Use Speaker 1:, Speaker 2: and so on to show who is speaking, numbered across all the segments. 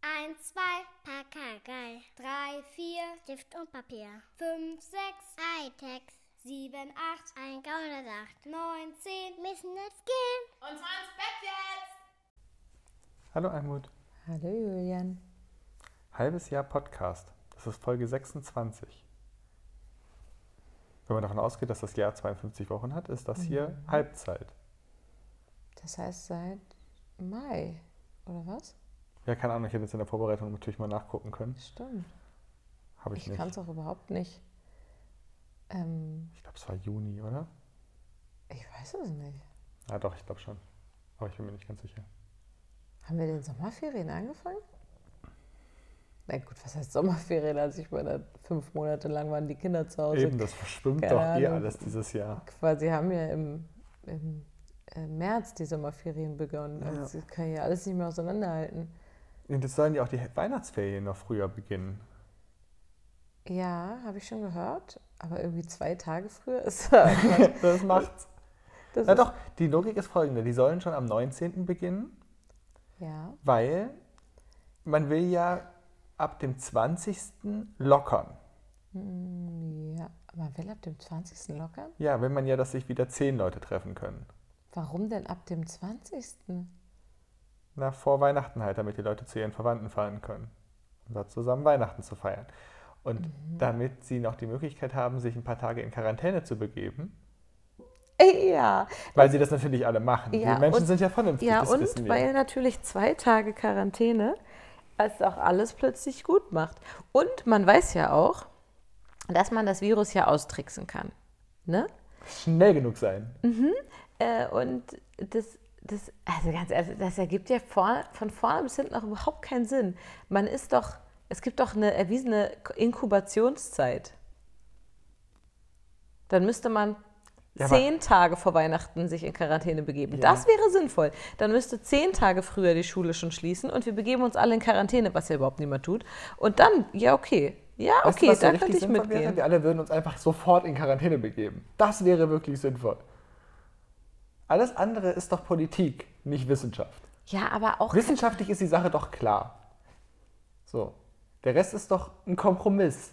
Speaker 1: 1, 2, Pakagei.
Speaker 2: 3, 4,
Speaker 1: Stift und Papier.
Speaker 2: 5, 6,
Speaker 1: Hightech.
Speaker 2: 7, 8,
Speaker 1: 1, 108.
Speaker 2: 9, 10.
Speaker 1: Müssen jetzt gehen.
Speaker 3: Und zwar ins Bett jetzt!
Speaker 4: Hallo Almut.
Speaker 5: Hallo Julian.
Speaker 4: Halbes Jahr Podcast. Das ist Folge 26. Wenn man davon ausgeht, dass das Jahr 52 Wochen hat, ist das
Speaker 5: Mhm.
Speaker 4: hier Halbzeit.
Speaker 5: Das heißt seit Mai, oder was?
Speaker 4: Ja, keine Ahnung, ich hätte jetzt in der Vorbereitung natürlich mal nachgucken können.
Speaker 5: Stimmt.
Speaker 4: Habe ich,
Speaker 5: Ich kann es
Speaker 4: nicht.
Speaker 5: auch überhaupt nicht. Ähm,
Speaker 4: Ich glaube, es war Juni, oder?
Speaker 5: ich weiß es nicht.
Speaker 4: Ja, doch, ich glaube schon. Aber ich bin mir nicht ganz sicher.
Speaker 5: Haben wir den Sommerferien angefangen? Na gut, was heißt Sommerferien? Also ich meine, fünf Monate lang waren die Kinder zu Hause.
Speaker 4: Eben, das verschwimmt
Speaker 5: keine
Speaker 4: doch eh
Speaker 5: Ahnung.
Speaker 4: alles dieses Jahr.
Speaker 5: Quasi haben wir im, im äh, März die Sommerferien begonnen.
Speaker 4: Ja.
Speaker 5: Also das kann ich ja alles nicht mehr auseinanderhalten.
Speaker 4: Und jetzt sollen ja auch die Weihnachtsferien noch früher beginnen.
Speaker 5: Ja, habe ich schon gehört. Aber irgendwie zwei Tage früher ist das
Speaker 4: Das macht's.
Speaker 5: ist-
Speaker 4: Na doch, die Logik ist folgende. Die sollen schon am 19. beginnen
Speaker 5: Ja,
Speaker 4: Weil man will ja ab dem 20. lockern.
Speaker 5: ja. Man will ab dem 20. lockern?
Speaker 4: Ja, will man ja, dass sich wieder zehn Leute treffen können.
Speaker 5: Warum denn ab dem 20.?
Speaker 4: Na, vor Weihnachten halt, damit die Leute zu ihren Verwandten fahren können. Um da zusammen Weihnachten zu feiern. Und
Speaker 5: Mhm.
Speaker 4: damit sie noch die Möglichkeit haben, sich ein paar Tage in Quarantäne zu begeben,
Speaker 5: Äh, Ja,
Speaker 4: weil sie das natürlich alle machen.
Speaker 5: Ja,
Speaker 4: die Menschen
Speaker 5: und-
Speaker 4: sind ja vernünftig,
Speaker 5: ja
Speaker 4: das wissen
Speaker 5: und
Speaker 4: wir.
Speaker 5: weil natürlich zwei Tage Quarantäne es auch alles plötzlich gut macht. Und man weiß ja auch, dass man das Virus ja austricksen kann. Ne?
Speaker 4: Schnell genug sein.
Speaker 5: Äh, und das, das, also ganz ehrlich, das ergibt ja vor, von vorne bis hinten auch überhaupt keinen Sinn. Man ist doch, es gibt doch eine erwiesene Inkubationszeit. Dann müsste man
Speaker 4: Ja, aber-
Speaker 5: zehn Tage vor Weihnachten sich in Quarantäne begeben. Das wäre sinnvoll. Dann müsste zehn Tage früher die Schule schon schließen und wir begeben uns alle in Quarantäne, was ja überhaupt niemand tut. Und dann, ja, okay. Ja,
Speaker 4: Weißt du,
Speaker 5: okay,
Speaker 4: was so
Speaker 5: da
Speaker 4: richtig
Speaker 5: könnte ich
Speaker 4: sinnvoll wäre?
Speaker 5: mitgehen.
Speaker 4: Wir alle würden uns einfach sofort in Quarantäne begeben. Das wäre wirklich sinnvoll. Alles andere ist doch Politik, nicht Wissenschaft.
Speaker 5: Ja, aber auch
Speaker 4: Wissenschaftlich ist die Sache doch klar. So. Der Rest ist doch ein Kompromiss.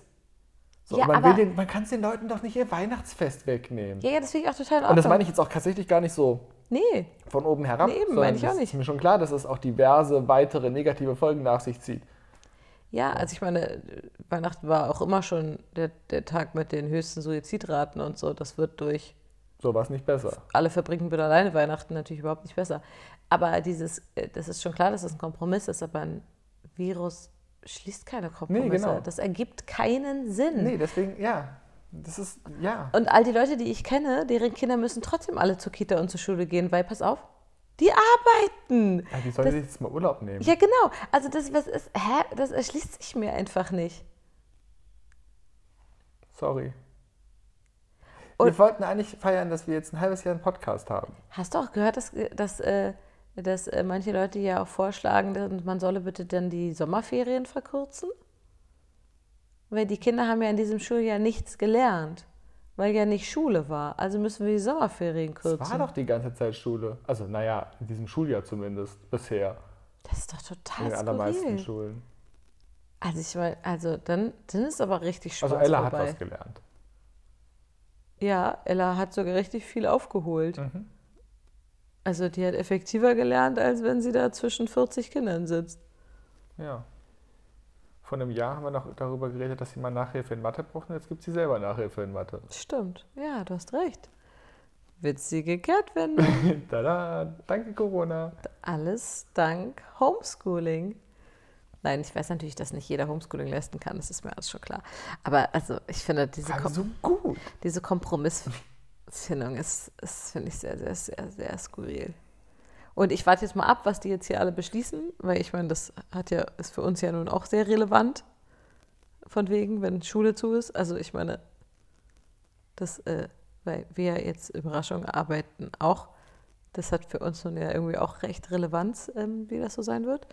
Speaker 4: So,
Speaker 5: Ja,
Speaker 4: man
Speaker 5: aber-
Speaker 4: will den, man kann es den Leuten doch nicht ihr Weihnachtsfest wegnehmen.
Speaker 5: ja, ja, das finde ich auch total in
Speaker 4: Und das
Speaker 5: Ordnung.
Speaker 4: meine ich jetzt auch tatsächlich gar nicht so
Speaker 5: Nee,
Speaker 4: von oben herab.
Speaker 5: Nee, eben,
Speaker 4: sondern
Speaker 5: meine ich
Speaker 4: es
Speaker 5: auch nicht.
Speaker 4: Ist mir schon klar, dass es auch diverse weitere negative Folgen nach sich zieht.
Speaker 5: Ja, also ich meine, Weihnachten war auch immer schon der, der Tag mit den höchsten Suizidraten und so. Das wird durch
Speaker 4: So war es nicht besser.
Speaker 5: alle verbringen bitte alleine Weihnachten natürlich überhaupt nicht besser. Aber dieses, äh, das ist schon klar, dass das ein Kompromiss ist, aber ein Virus schließt keine Kompromisse.
Speaker 4: genau.
Speaker 5: Das ergibt keinen Sinn.
Speaker 4: Nee, deswegen, ja. Das ist, ja.
Speaker 5: Und all die Leute, die ich kenne, deren Kinder müssen trotzdem alle zur Kita und zur Schule gehen, weil, pass auf, die arbeiten.
Speaker 4: ja Ah, die sollen sich jetzt mal Urlaub nehmen.
Speaker 5: Ja, genau. Also das, was ist, hä? Das erschließt sich mir einfach nicht.
Speaker 4: Sorry. wir
Speaker 5: Und-
Speaker 4: wollten eigentlich feiern, dass wir jetzt ein halbes Jahr einen Podcast haben.
Speaker 5: Hast du auch gehört, dass, dass, äh, dass äh, manche Leute ja auch vorschlagen, dass man solle bitte dann die Sommerferien verkürzen? Weil die Kinder haben ja in diesem Schuljahr nichts gelernt, weil ja nicht Schule war. Also müssen wir die Sommerferien
Speaker 4: Es
Speaker 5: kürzen.
Speaker 4: war doch die ganze Zeit Schule. Also, naja, in diesem Schuljahr zumindest bisher.
Speaker 5: das ist doch
Speaker 4: In
Speaker 5: total
Speaker 4: den allermeisten
Speaker 5: Ah, skurril.
Speaker 4: Schulen.
Speaker 5: Also ich meine, also dann, dann ist aber richtig Spaß
Speaker 4: Also, Ella hat
Speaker 5: vorbei.
Speaker 4: was gelernt.
Speaker 5: Ja, Ella hat sogar richtig viel aufgeholt.
Speaker 4: Mhm.
Speaker 5: Also die hat effektiver gelernt, als wenn sie da zwischen 40 Kindern sitzt.
Speaker 4: Ja. Vor einem Jahr haben wir noch darüber geredet, dass sie mal Nachhilfe in Mathe brauchten. Jetzt gibt sie selber Nachhilfe in Mathe.
Speaker 5: Stimmt, ja, du hast recht. Witzige Kehrtwende.
Speaker 4: Tada! Danke, Corona.
Speaker 5: Alles dank Homeschooling. Nein, ich weiß natürlich, dass nicht jeder Homeschooling leisten kann, das ist mir alles schon klar. Aber also, ich finde, diese,
Speaker 4: War
Speaker 5: Kom
Speaker 4: so gut.
Speaker 5: diese Kompromissfindung ist, ist finde ich, sehr, sehr, sehr, sehr skurril. Und ich warte jetzt mal ab, was die jetzt hier alle beschließen, weil ich meine, das hat ja, ist für uns ja nun auch sehr relevant. Von wegen, wenn Schule zu ist. Also ich meine, das, äh, weil wir ja jetzt Überraschung arbeiten auch. Das hat für uns nun ja irgendwie auch recht Relevanz, ähm, wie das so sein wird.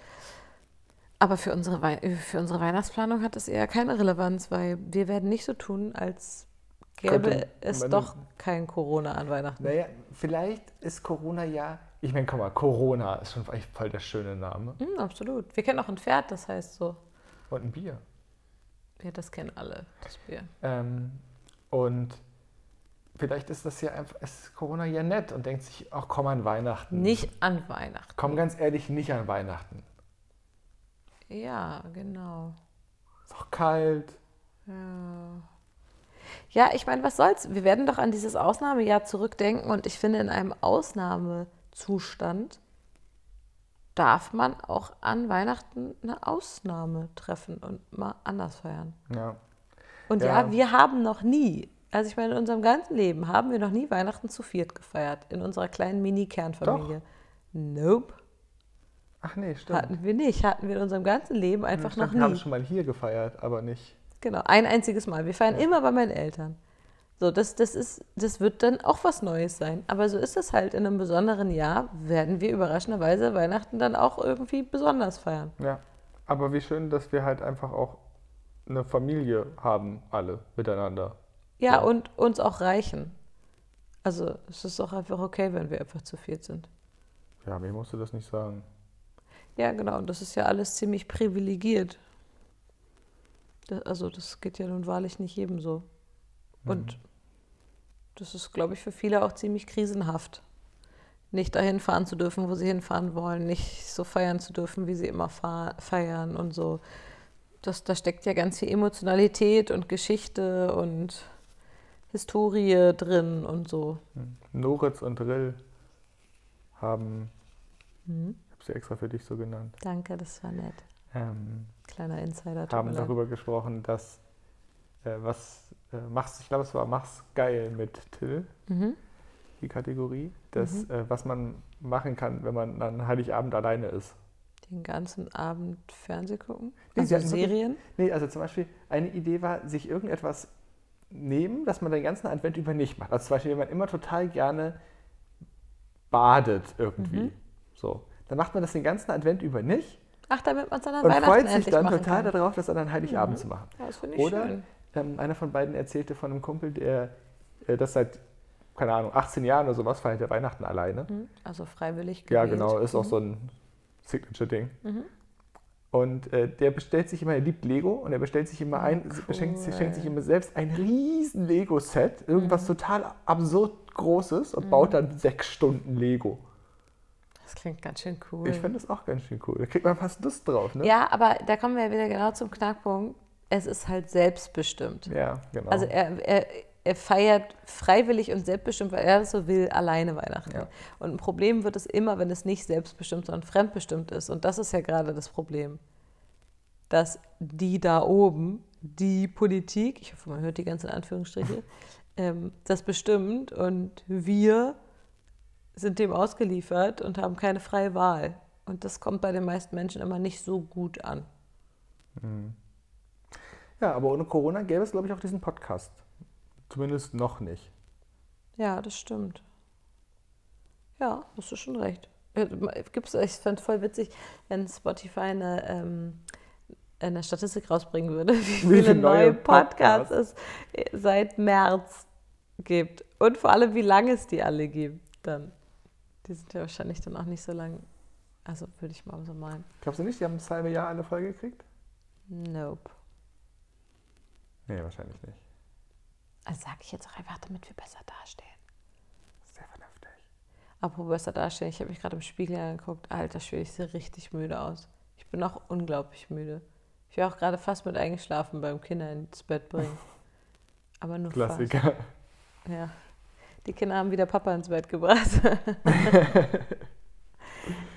Speaker 5: Aber für unsere, Wei- für unsere Weihnachtsplanung hat es eher keine Relevanz, weil wir werden nicht so tun, als gäbe
Speaker 4: Könnte
Speaker 5: es
Speaker 4: man-
Speaker 5: doch kein Corona an Weihnachten.
Speaker 4: Naja, vielleicht ist Corona ja Ich meine, guck mal, Corona ist schon echt voll der schöne Name.
Speaker 5: Hm, absolut. Wir kennen auch ein Pferd, das heißt so.
Speaker 4: Und ein Bier.
Speaker 5: Ja, das kennen alle, das Bier.
Speaker 4: Ähm, und vielleicht ist das ja einfach, ist Corona ja nett und denkt sich, ach komm an Weihnachten.
Speaker 5: Nicht an Weihnachten.
Speaker 4: Komm ganz ehrlich, nicht an Weihnachten.
Speaker 5: Ja, genau.
Speaker 4: Ist doch kalt.
Speaker 5: Ja, ich meine, was soll's? Wir werden doch an dieses Ausnahmejahr zurückdenken und ich finde, in einem Ausnahmezustand darf man auch an Weihnachten eine Ausnahme treffen und mal anders feiern.
Speaker 4: Ja.
Speaker 5: Und ja,
Speaker 4: Ja.
Speaker 5: wir haben noch nie, also ich meine, in unserem ganzen Leben haben wir noch nie Weihnachten zu viert gefeiert, in unserer kleinen Mini-Kernfamilie. Nope,
Speaker 4: Ach nee, stimmt.
Speaker 5: hatten wir nicht. Hatten wir in unserem ganzen Leben einfach
Speaker 4: Stimmt, wir
Speaker 5: noch
Speaker 4: haben
Speaker 5: nie.
Speaker 4: schon mal hier gefeiert, aber nicht.
Speaker 5: Genau, ein einziges Mal. Wir feiern immer bei meinen Eltern. So, das, das, ist, das wird dann auch was Neues sein. Aber so ist es halt. In einem besonderen Jahr werden wir überraschenderweise Weihnachten dann auch irgendwie besonders feiern.
Speaker 4: Ja. Aber wie schön, dass wir halt einfach auch eine Familie haben, alle miteinander.
Speaker 5: Ja, und uns auch reichen. Also es ist auch einfach okay, wenn wir einfach zu viert sind.
Speaker 4: Ja, mir musst du das nicht sagen.
Speaker 5: Ja, genau. Und das ist ja alles ziemlich privilegiert. Da- also das geht ja nun wahrlich nicht jedem so. Und das ist, glaube ich, für viele auch ziemlich krisenhaft. Nicht dahin fahren zu dürfen, wo sie hinfahren wollen, nicht so feiern zu dürfen, wie sie immer fa- feiern und so. Das, da steckt ja ganz viel Emotionalität und Geschichte und Historie drin und so.
Speaker 4: Hm. Noritz und Rill haben.
Speaker 5: Hm.
Speaker 4: Ich habe sie extra für dich so genannt.
Speaker 5: Danke, das war nett.
Speaker 4: Ähm,
Speaker 5: Kleiner Insider. tut mir
Speaker 4: haben
Speaker 5: leid.
Speaker 4: darüber gesprochen, dass äh, was äh, mach's, ich glaube, es war mach's geil mit Till,
Speaker 5: Mhm.
Speaker 4: die Kategorie, das, äh, was man machen kann, wenn man an Heiligabend alleine ist.
Speaker 5: Den ganzen Abend Fernseh gucken?
Speaker 4: Nee, sie
Speaker 5: Also
Speaker 4: hatten wirklich-
Speaker 5: Serien?
Speaker 4: Nee, also zum Beispiel, eine Idee war, sich irgendetwas nehmen, das man den ganzen Advent über nicht macht. Also zum Beispiel, wenn man immer total gerne badet irgendwie.
Speaker 5: Mhm.
Speaker 4: So. Dann macht man das den ganzen Advent über nicht
Speaker 5: Ach, damit man es dann an
Speaker 4: und
Speaker 5: Weihnachten
Speaker 4: freut sich
Speaker 5: endlich
Speaker 4: dann
Speaker 5: machen
Speaker 4: total
Speaker 5: kann. Mhm.
Speaker 4: darauf, das dann an Heiligabend zu machen.
Speaker 5: Ja, das finde ich
Speaker 4: Oder
Speaker 5: schön.
Speaker 4: ähm, einer von beiden erzählte von einem Kumpel, der äh, das seit, keine Ahnung, 18 Jahren oder sowas feiert er Weihnachten alleine.
Speaker 5: Hm, Also freiwillig
Speaker 4: Ja,
Speaker 5: gewählt.
Speaker 4: genau, ist auch so ein Signature-Ding.
Speaker 5: Mhm.
Speaker 4: Und äh, der bestellt sich immer, er liebt Lego und er bestellt sich
Speaker 5: Oh,
Speaker 4: immer ein, beschenkt, sich- schenkt sich immer selbst ein riesen Lego-Set, irgendwas
Speaker 5: Mhm.
Speaker 4: total absurd Großes und baut dann sechs Stunden Lego.
Speaker 5: Das klingt ganz schön cool.
Speaker 4: Ich finde das auch ganz schön cool. Da kriegt man fast Lust drauf, ne?
Speaker 5: ja, aber da kommen wir wieder genau zum Knackpunkt. Es ist halt selbstbestimmt.
Speaker 4: Ja, genau.
Speaker 5: Also er, er, er feiert freiwillig und selbstbestimmt, weil er das so will, alleine Weihnachten.
Speaker 4: Ja.
Speaker 5: Und ein Problem wird es immer, wenn es nicht selbstbestimmt, sondern fremdbestimmt ist. Und das ist ja gerade das Problem. Dass die da oben, die Politik, ich hoffe, man hört die ganzen Anführungsstriche, ähm, das bestimmt und wir sind dem ausgeliefert und haben keine freie Wahl. Und das kommt bei den meisten Menschen immer nicht so gut an.
Speaker 4: ja, aber ohne Corona gäbe es, glaube ich, auch diesen Podcast. Zumindest noch nicht.
Speaker 5: Ja, das stimmt. Ja, hast du schon recht. Äh, Gibt's, ich fände voll witzig, wenn Spotify eine, ähm, eine Statistik rausbringen würde, wie viele, neue, Podcasts, es seit März gibt. Und vor allem, wie lange es die alle gibt. Dann. Die sind ja wahrscheinlich dann auch nicht so lang. Also würde ich mal so meinen.
Speaker 4: Glaubst du nicht, die haben das halbe Jahr alle voll gekriegt?
Speaker 5: Nope.
Speaker 4: Nee, wahrscheinlich nicht.
Speaker 5: Also sage ich jetzt auch einfach, damit wir besser dastehen.
Speaker 4: Sehr vernünftig.
Speaker 5: Apropos besser dastehen, ich habe mich gerade im Spiegel angeguckt. Alter Schwede, ich sehe richtig müde aus. Ich bin auch unglaublich müde. Ich wäre auch gerade fast mit eingeschlafen beim Kinder ins Bett bringen. Aber nur
Speaker 4: Klassiker.
Speaker 5: fast. Ja. Die Kinder haben wieder Papa ins Bett gebracht.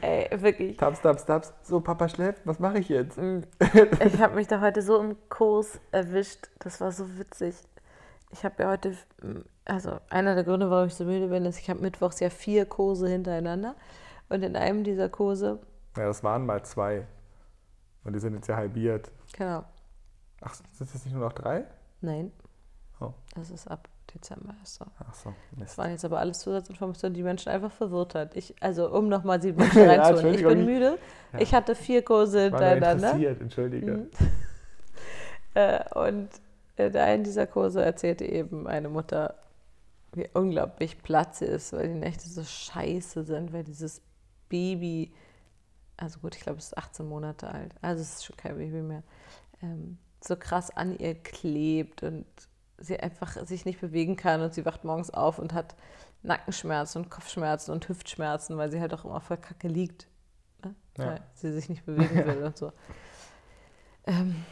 Speaker 5: Ey, wirklich.
Speaker 4: Taps, taps, taps. So, Papa schläft. Was mache ich jetzt?
Speaker 5: Ich habe mich da heute so im Kurs erwischt. Das war so witzig. Ich habe ja heute, mm, also einer der Gründe, warum ich so müde bin, ist, ich habe mittwochs ja vier Kurse hintereinander. Und in einem dieser Kurse,
Speaker 4: Ja, das waren mal zwei. Und die sind jetzt ja halbiert.
Speaker 5: genau,
Speaker 4: Ach, sind das nicht nur noch drei?
Speaker 5: nein,
Speaker 4: Oh,
Speaker 5: das ist ab Dezember erst so.
Speaker 4: ach so.
Speaker 5: Das
Speaker 4: Mist.
Speaker 5: waren jetzt aber alles Zusatzinformationen, die Menschen einfach verwirrt hat. Ich, also um nochmal die Menschen
Speaker 4: Ja,
Speaker 5: reinzuholen. ich bin
Speaker 4: Entschuldigung,
Speaker 5: müde. Ich hatte vier Kurse
Speaker 4: War nur
Speaker 5: hintereinander.
Speaker 4: interessiert, entschuldige.
Speaker 5: Äh, und in einem dieser Kurse erzählte eben eine Mutter wie unglaublich platt sie ist, weil die Nächte so scheiße sind, weil dieses Baby, also gut, ich glaube, es ist 18 Monate alt, also es ist schon kein Baby mehr, ähm, so krass an ihr klebt und sie einfach sich nicht bewegen kann und sie wacht morgens auf und hat Nackenschmerzen und Kopfschmerzen und Hüftschmerzen, weil sie halt auch immer voll kacke liegt, ne?
Speaker 4: Ja.
Speaker 5: weil sie sich nicht bewegen will und so. Ähm,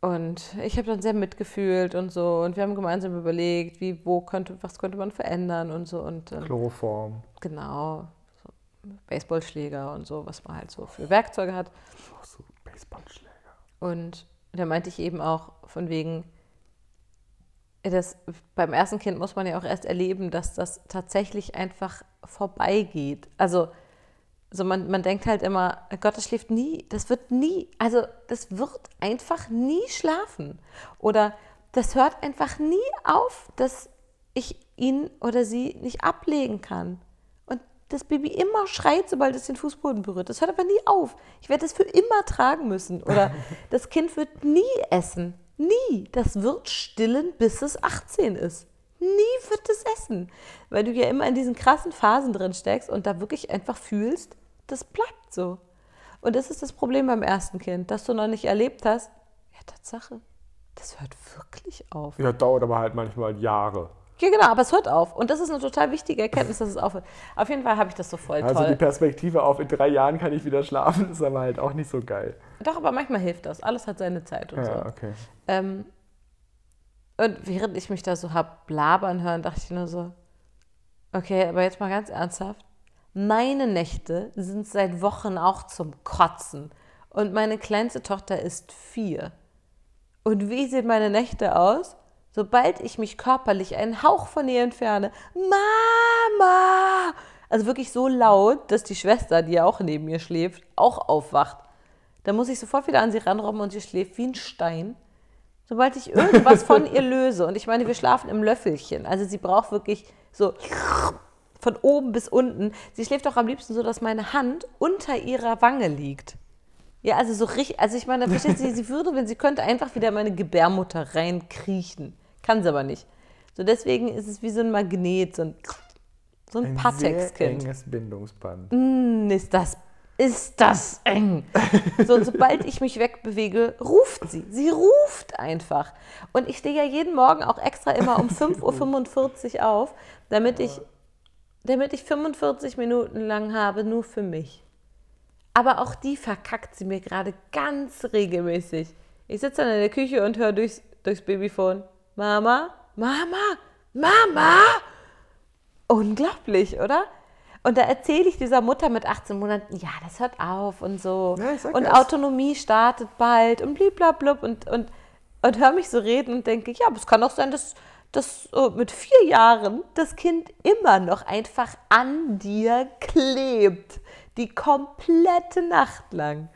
Speaker 5: und ich habe dann sehr mitgefühlt und so. Und wir haben gemeinsam überlegt, wie, wo könnte, was könnte man verändern und so. Und ähm,
Speaker 4: Chloroform.
Speaker 5: genau, so Baseballschläger und so, was man halt so für Werkzeuge hat.
Speaker 4: Auch so Baseballschläger.
Speaker 5: Und da meinte ich eben auch von wegen, das, beim ersten Kind muss man ja auch erst erleben, dass das tatsächlich einfach vorbeigeht. Also, so man, man denkt halt immer, Gott, das schläft nie, das wird nie, also das wird einfach nie schlafen. Oder das hört einfach nie auf, dass ich ihn oder sie nicht ablegen kann. Und das Baby immer schreit, sobald es den Fußboden berührt. Das hört aber nie auf. Ich werde das für immer tragen müssen. Oder das Kind wird nie essen. Nie. Das wird stillen, bis es 18 ist. Nie wird es essen. Weil du ja immer in diesen krassen Phasen drin steckst und da wirklich einfach fühlst, das bleibt so. Und das ist das Problem beim ersten Kind, dass du noch nicht erlebt hast. Ja, Tatsache. Das hört wirklich auf.
Speaker 4: Ja, dauert aber halt manchmal Jahre.
Speaker 5: Ja, genau, aber es hört auf. Und das ist eine total wichtige Erkenntnis, dass es aufhört. Auf jeden Fall habe ich das so voll
Speaker 4: Also die
Speaker 5: toll.
Speaker 4: Perspektive auf in drei Jahren kann ich wieder schlafen, ist aber halt auch nicht so geil.
Speaker 5: Doch, aber manchmal hilft das. Alles hat seine Zeit und so.
Speaker 4: Ja, okay.
Speaker 5: Ähm, und während ich mich da so hab blabern hören, dachte ich nur so, okay, aber jetzt mal ganz ernsthaft. Meine Nächte sind seit Wochen auch zum Kotzen. Und meine kleinste Tochter ist vier. Und wie sehen meine Nächte aus? Sobald ich mich körperlich einen Hauch von ihr entferne, Mama! Also wirklich so laut, dass die Schwester, die ja auch neben mir schläft, auch aufwacht. Da muss ich sofort wieder an sie ranrobben und sie schläft wie ein Stein. Sobald ich irgendwas von ihr löse, und ich meine, wir schlafen im Löffelchen, also sie braucht wirklich so von oben bis unten. Sie schläft auch am liebsten so, dass meine Hand unter ihrer Wange liegt. Ja, also so richtig, also ich meine, verstehst du, sie würde, wenn sie könnte, einfach wieder in meine Gebärmutter reinkriechen. Kann sie aber nicht. So deswegen ist es wie so ein Magnet, so ein, so ein,
Speaker 4: sehr
Speaker 5: Patex-Kind.
Speaker 4: enges Bindungsband.
Speaker 5: Mann, ist das, ist das eng. So, und sobald ich mich wegbewege, ruft sie. Sie ruft einfach. Und ich stehe ja jeden Morgen auch extra immer um 5.45 Uhr auf, damit ich, damit ich 45 Minuten lang habe, nur für mich. Aber auch die verkackt sie mir gerade ganz regelmäßig. Ich sitze dann in der Küche und höre durchs, durchs Babyphone, Mama, Mama, Mama. Unglaublich, oder? Und da erzähle ich dieser Mutter mit 18 Monaten, ja, das hört auf und so.
Speaker 4: Ja, ich sag
Speaker 5: und
Speaker 4: ja, es-
Speaker 5: Autonomie startet bald und bliblablub und, und, und höre mich so reden und denke, ja, aber es kann auch sein, dass, dass äh, mit vier Jahren das Kind immer noch einfach an dir klebt. Die komplette Nacht lang.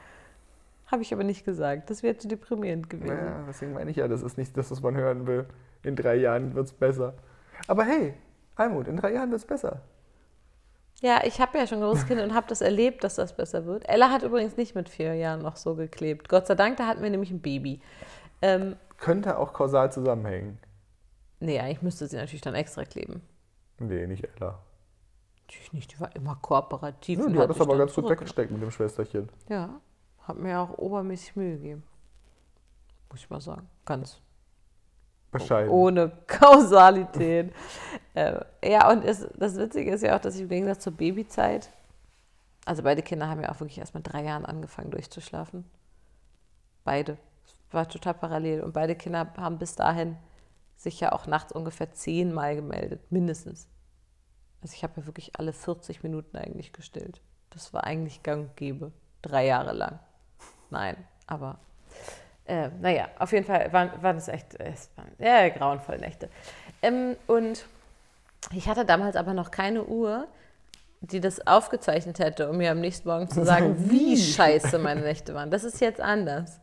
Speaker 5: Habe ich aber nicht gesagt. Das wäre zu deprimierend gewesen.
Speaker 4: Ja, deswegen meine ich ja, das ist nicht das, was man hören will. In drei Jahren wird's besser. Aber hey, Almut, in drei Jahren wird's besser.
Speaker 5: Ja, ich habe ja schon ein großes Kind und habe das erlebt, dass das besser wird. Ella hat übrigens nicht mit vier Jahren noch so geklebt. Gott sei Dank, da hatten wir nämlich ein Baby. Ähm,
Speaker 4: Könnte auch kausal zusammenhängen.
Speaker 5: nee, eigentlich müsste sie natürlich dann extra kleben.
Speaker 4: Nee, nicht Ella.
Speaker 5: Natürlich nicht, die war immer kooperativ.
Speaker 4: Ja,
Speaker 5: und
Speaker 4: die
Speaker 5: hat
Speaker 4: hat das
Speaker 5: sich
Speaker 4: aber
Speaker 5: dann
Speaker 4: ganz gut
Speaker 5: zurück- ne?
Speaker 4: weggesteckt mit dem Schwesterchen.
Speaker 5: Ja, hat mir auch obermäßig Mühe gegeben. Muss ich mal sagen. Ganz
Speaker 4: Bescheiden.
Speaker 5: ohne Kausalität. äh, ja, und es, das Witzige ist ja auch, dass ich im Gegensatz zur Babyzeit, also beide Kinder haben ja auch wirklich erst mit drei Jahren angefangen durchzuschlafen. Beide. Es war total parallel. Und beide Kinder haben bis dahin sich ja auch nachts ungefähr zehnmal gemeldet, mindestens. Also ich habe ja wirklich alle 40 Minuten eigentlich gestillt. Das war eigentlich gang und gäbe. Drei Jahre lang. Nein, aber äh, naja, auf jeden Fall waren, waren es echt äh, es waren, ja, grauenvolle Nächte. Ähm, und ich hatte damals aber noch keine Uhr, die das aufgezeichnet hätte, um mir am nächsten Morgen zu sagen, wie scheiße meine Nächte waren. Das ist jetzt anders.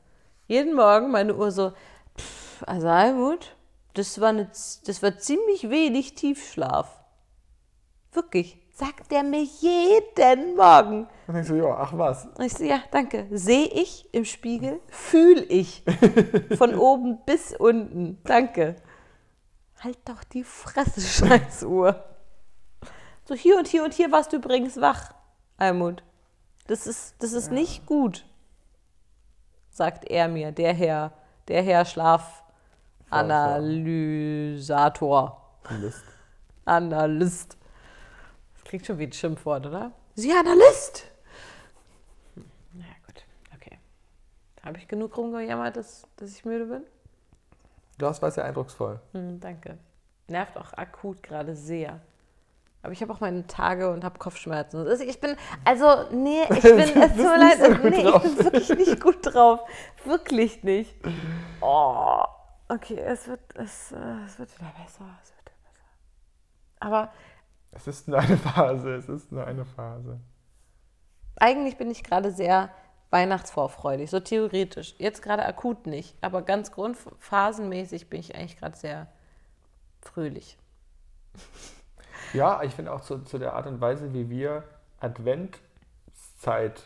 Speaker 5: Jeden Morgen meine Uhr so, pff, also Almut, das war, eine, z- das war ziemlich wenig Tiefschlaf. Wirklich, sagt er mir jeden Morgen.
Speaker 4: Dann denkst du, ja, ach was.
Speaker 5: Und ich so, ja, danke. Sehe ich im Spiegel, fühle ich. Von oben bis unten. Danke. Halt doch die Fresse, Scheißuhr. So hier und hier und hier warst du übrigens wach, Almut. Das ist, das ist nicht gut, sagt er mir, der Herr, der Herr Schlafanalysator.
Speaker 4: Mist.
Speaker 5: Analyst. Das klingt schon wie ein Schimpfwort, oder? Sie Analyst! Hm, Na ja, gut, okay. Habe ich genug rumgejammert, dass, dass ich müde bin?
Speaker 4: Das war sehr eindrucksvoll.
Speaker 5: Hm, danke. Nervt auch akut gerade sehr. Aber ich habe auch meine Tage und habe Kopfschmerzen. Also Ich bin, also, nee, ich bin, es tut mir leid,
Speaker 4: so gut
Speaker 5: nee, ich
Speaker 4: drauf.
Speaker 5: bin wirklich nicht gut drauf. Wirklich nicht. Oh, okay, es wird, es, äh, es wird wieder besser, es wird wieder besser. Aber
Speaker 4: Es ist nur eine Phase, es ist nur eine Phase.
Speaker 5: eigentlich bin ich gerade sehr weihnachtsvorfreudig, so theoretisch. Jetzt gerade akut nicht, aber ganz grundphasenmäßig bin ich eigentlich gerade sehr fröhlich.
Speaker 4: Ja, ich finde auch zu, zu der Art und Weise, wie wir Adventzeit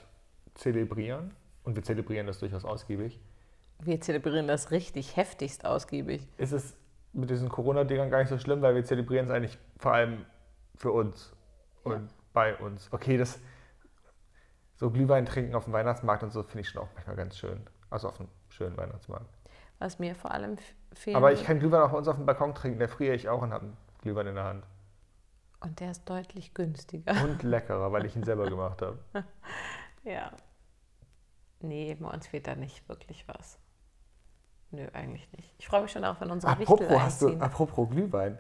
Speaker 4: zelebrieren, und wir zelebrieren das durchaus ausgiebig,
Speaker 5: Wir zelebrieren das richtig heftigst ausgiebig.
Speaker 4: ist es mit diesen Corona-Dingern gar nicht so schlimm, weil wir zelebrieren es eigentlich vor allem für uns und bei uns. Okay, das so Glühwein trinken auf dem Weihnachtsmarkt und so finde ich schon auch manchmal ganz schön. Also auf einem schönen Weihnachtsmarkt.
Speaker 5: Was mir vor allem f- fehlt.
Speaker 4: Aber ich kann Glühwein auch bei uns auf dem Balkon trinken, da friere ich auch und habe einen Glühwein in der Hand.
Speaker 5: Und der ist deutlich günstiger.
Speaker 4: Und leckerer, weil ich ihn selber gemacht habe.
Speaker 5: Ja. Nee, bei uns fehlt da nicht wirklich was. Nö, eigentlich nicht. Ich freue mich schon auch, wenn unsere Wichtel
Speaker 4: Apropos, hast du,
Speaker 5: einziehen.
Speaker 4: apropos Glühwein.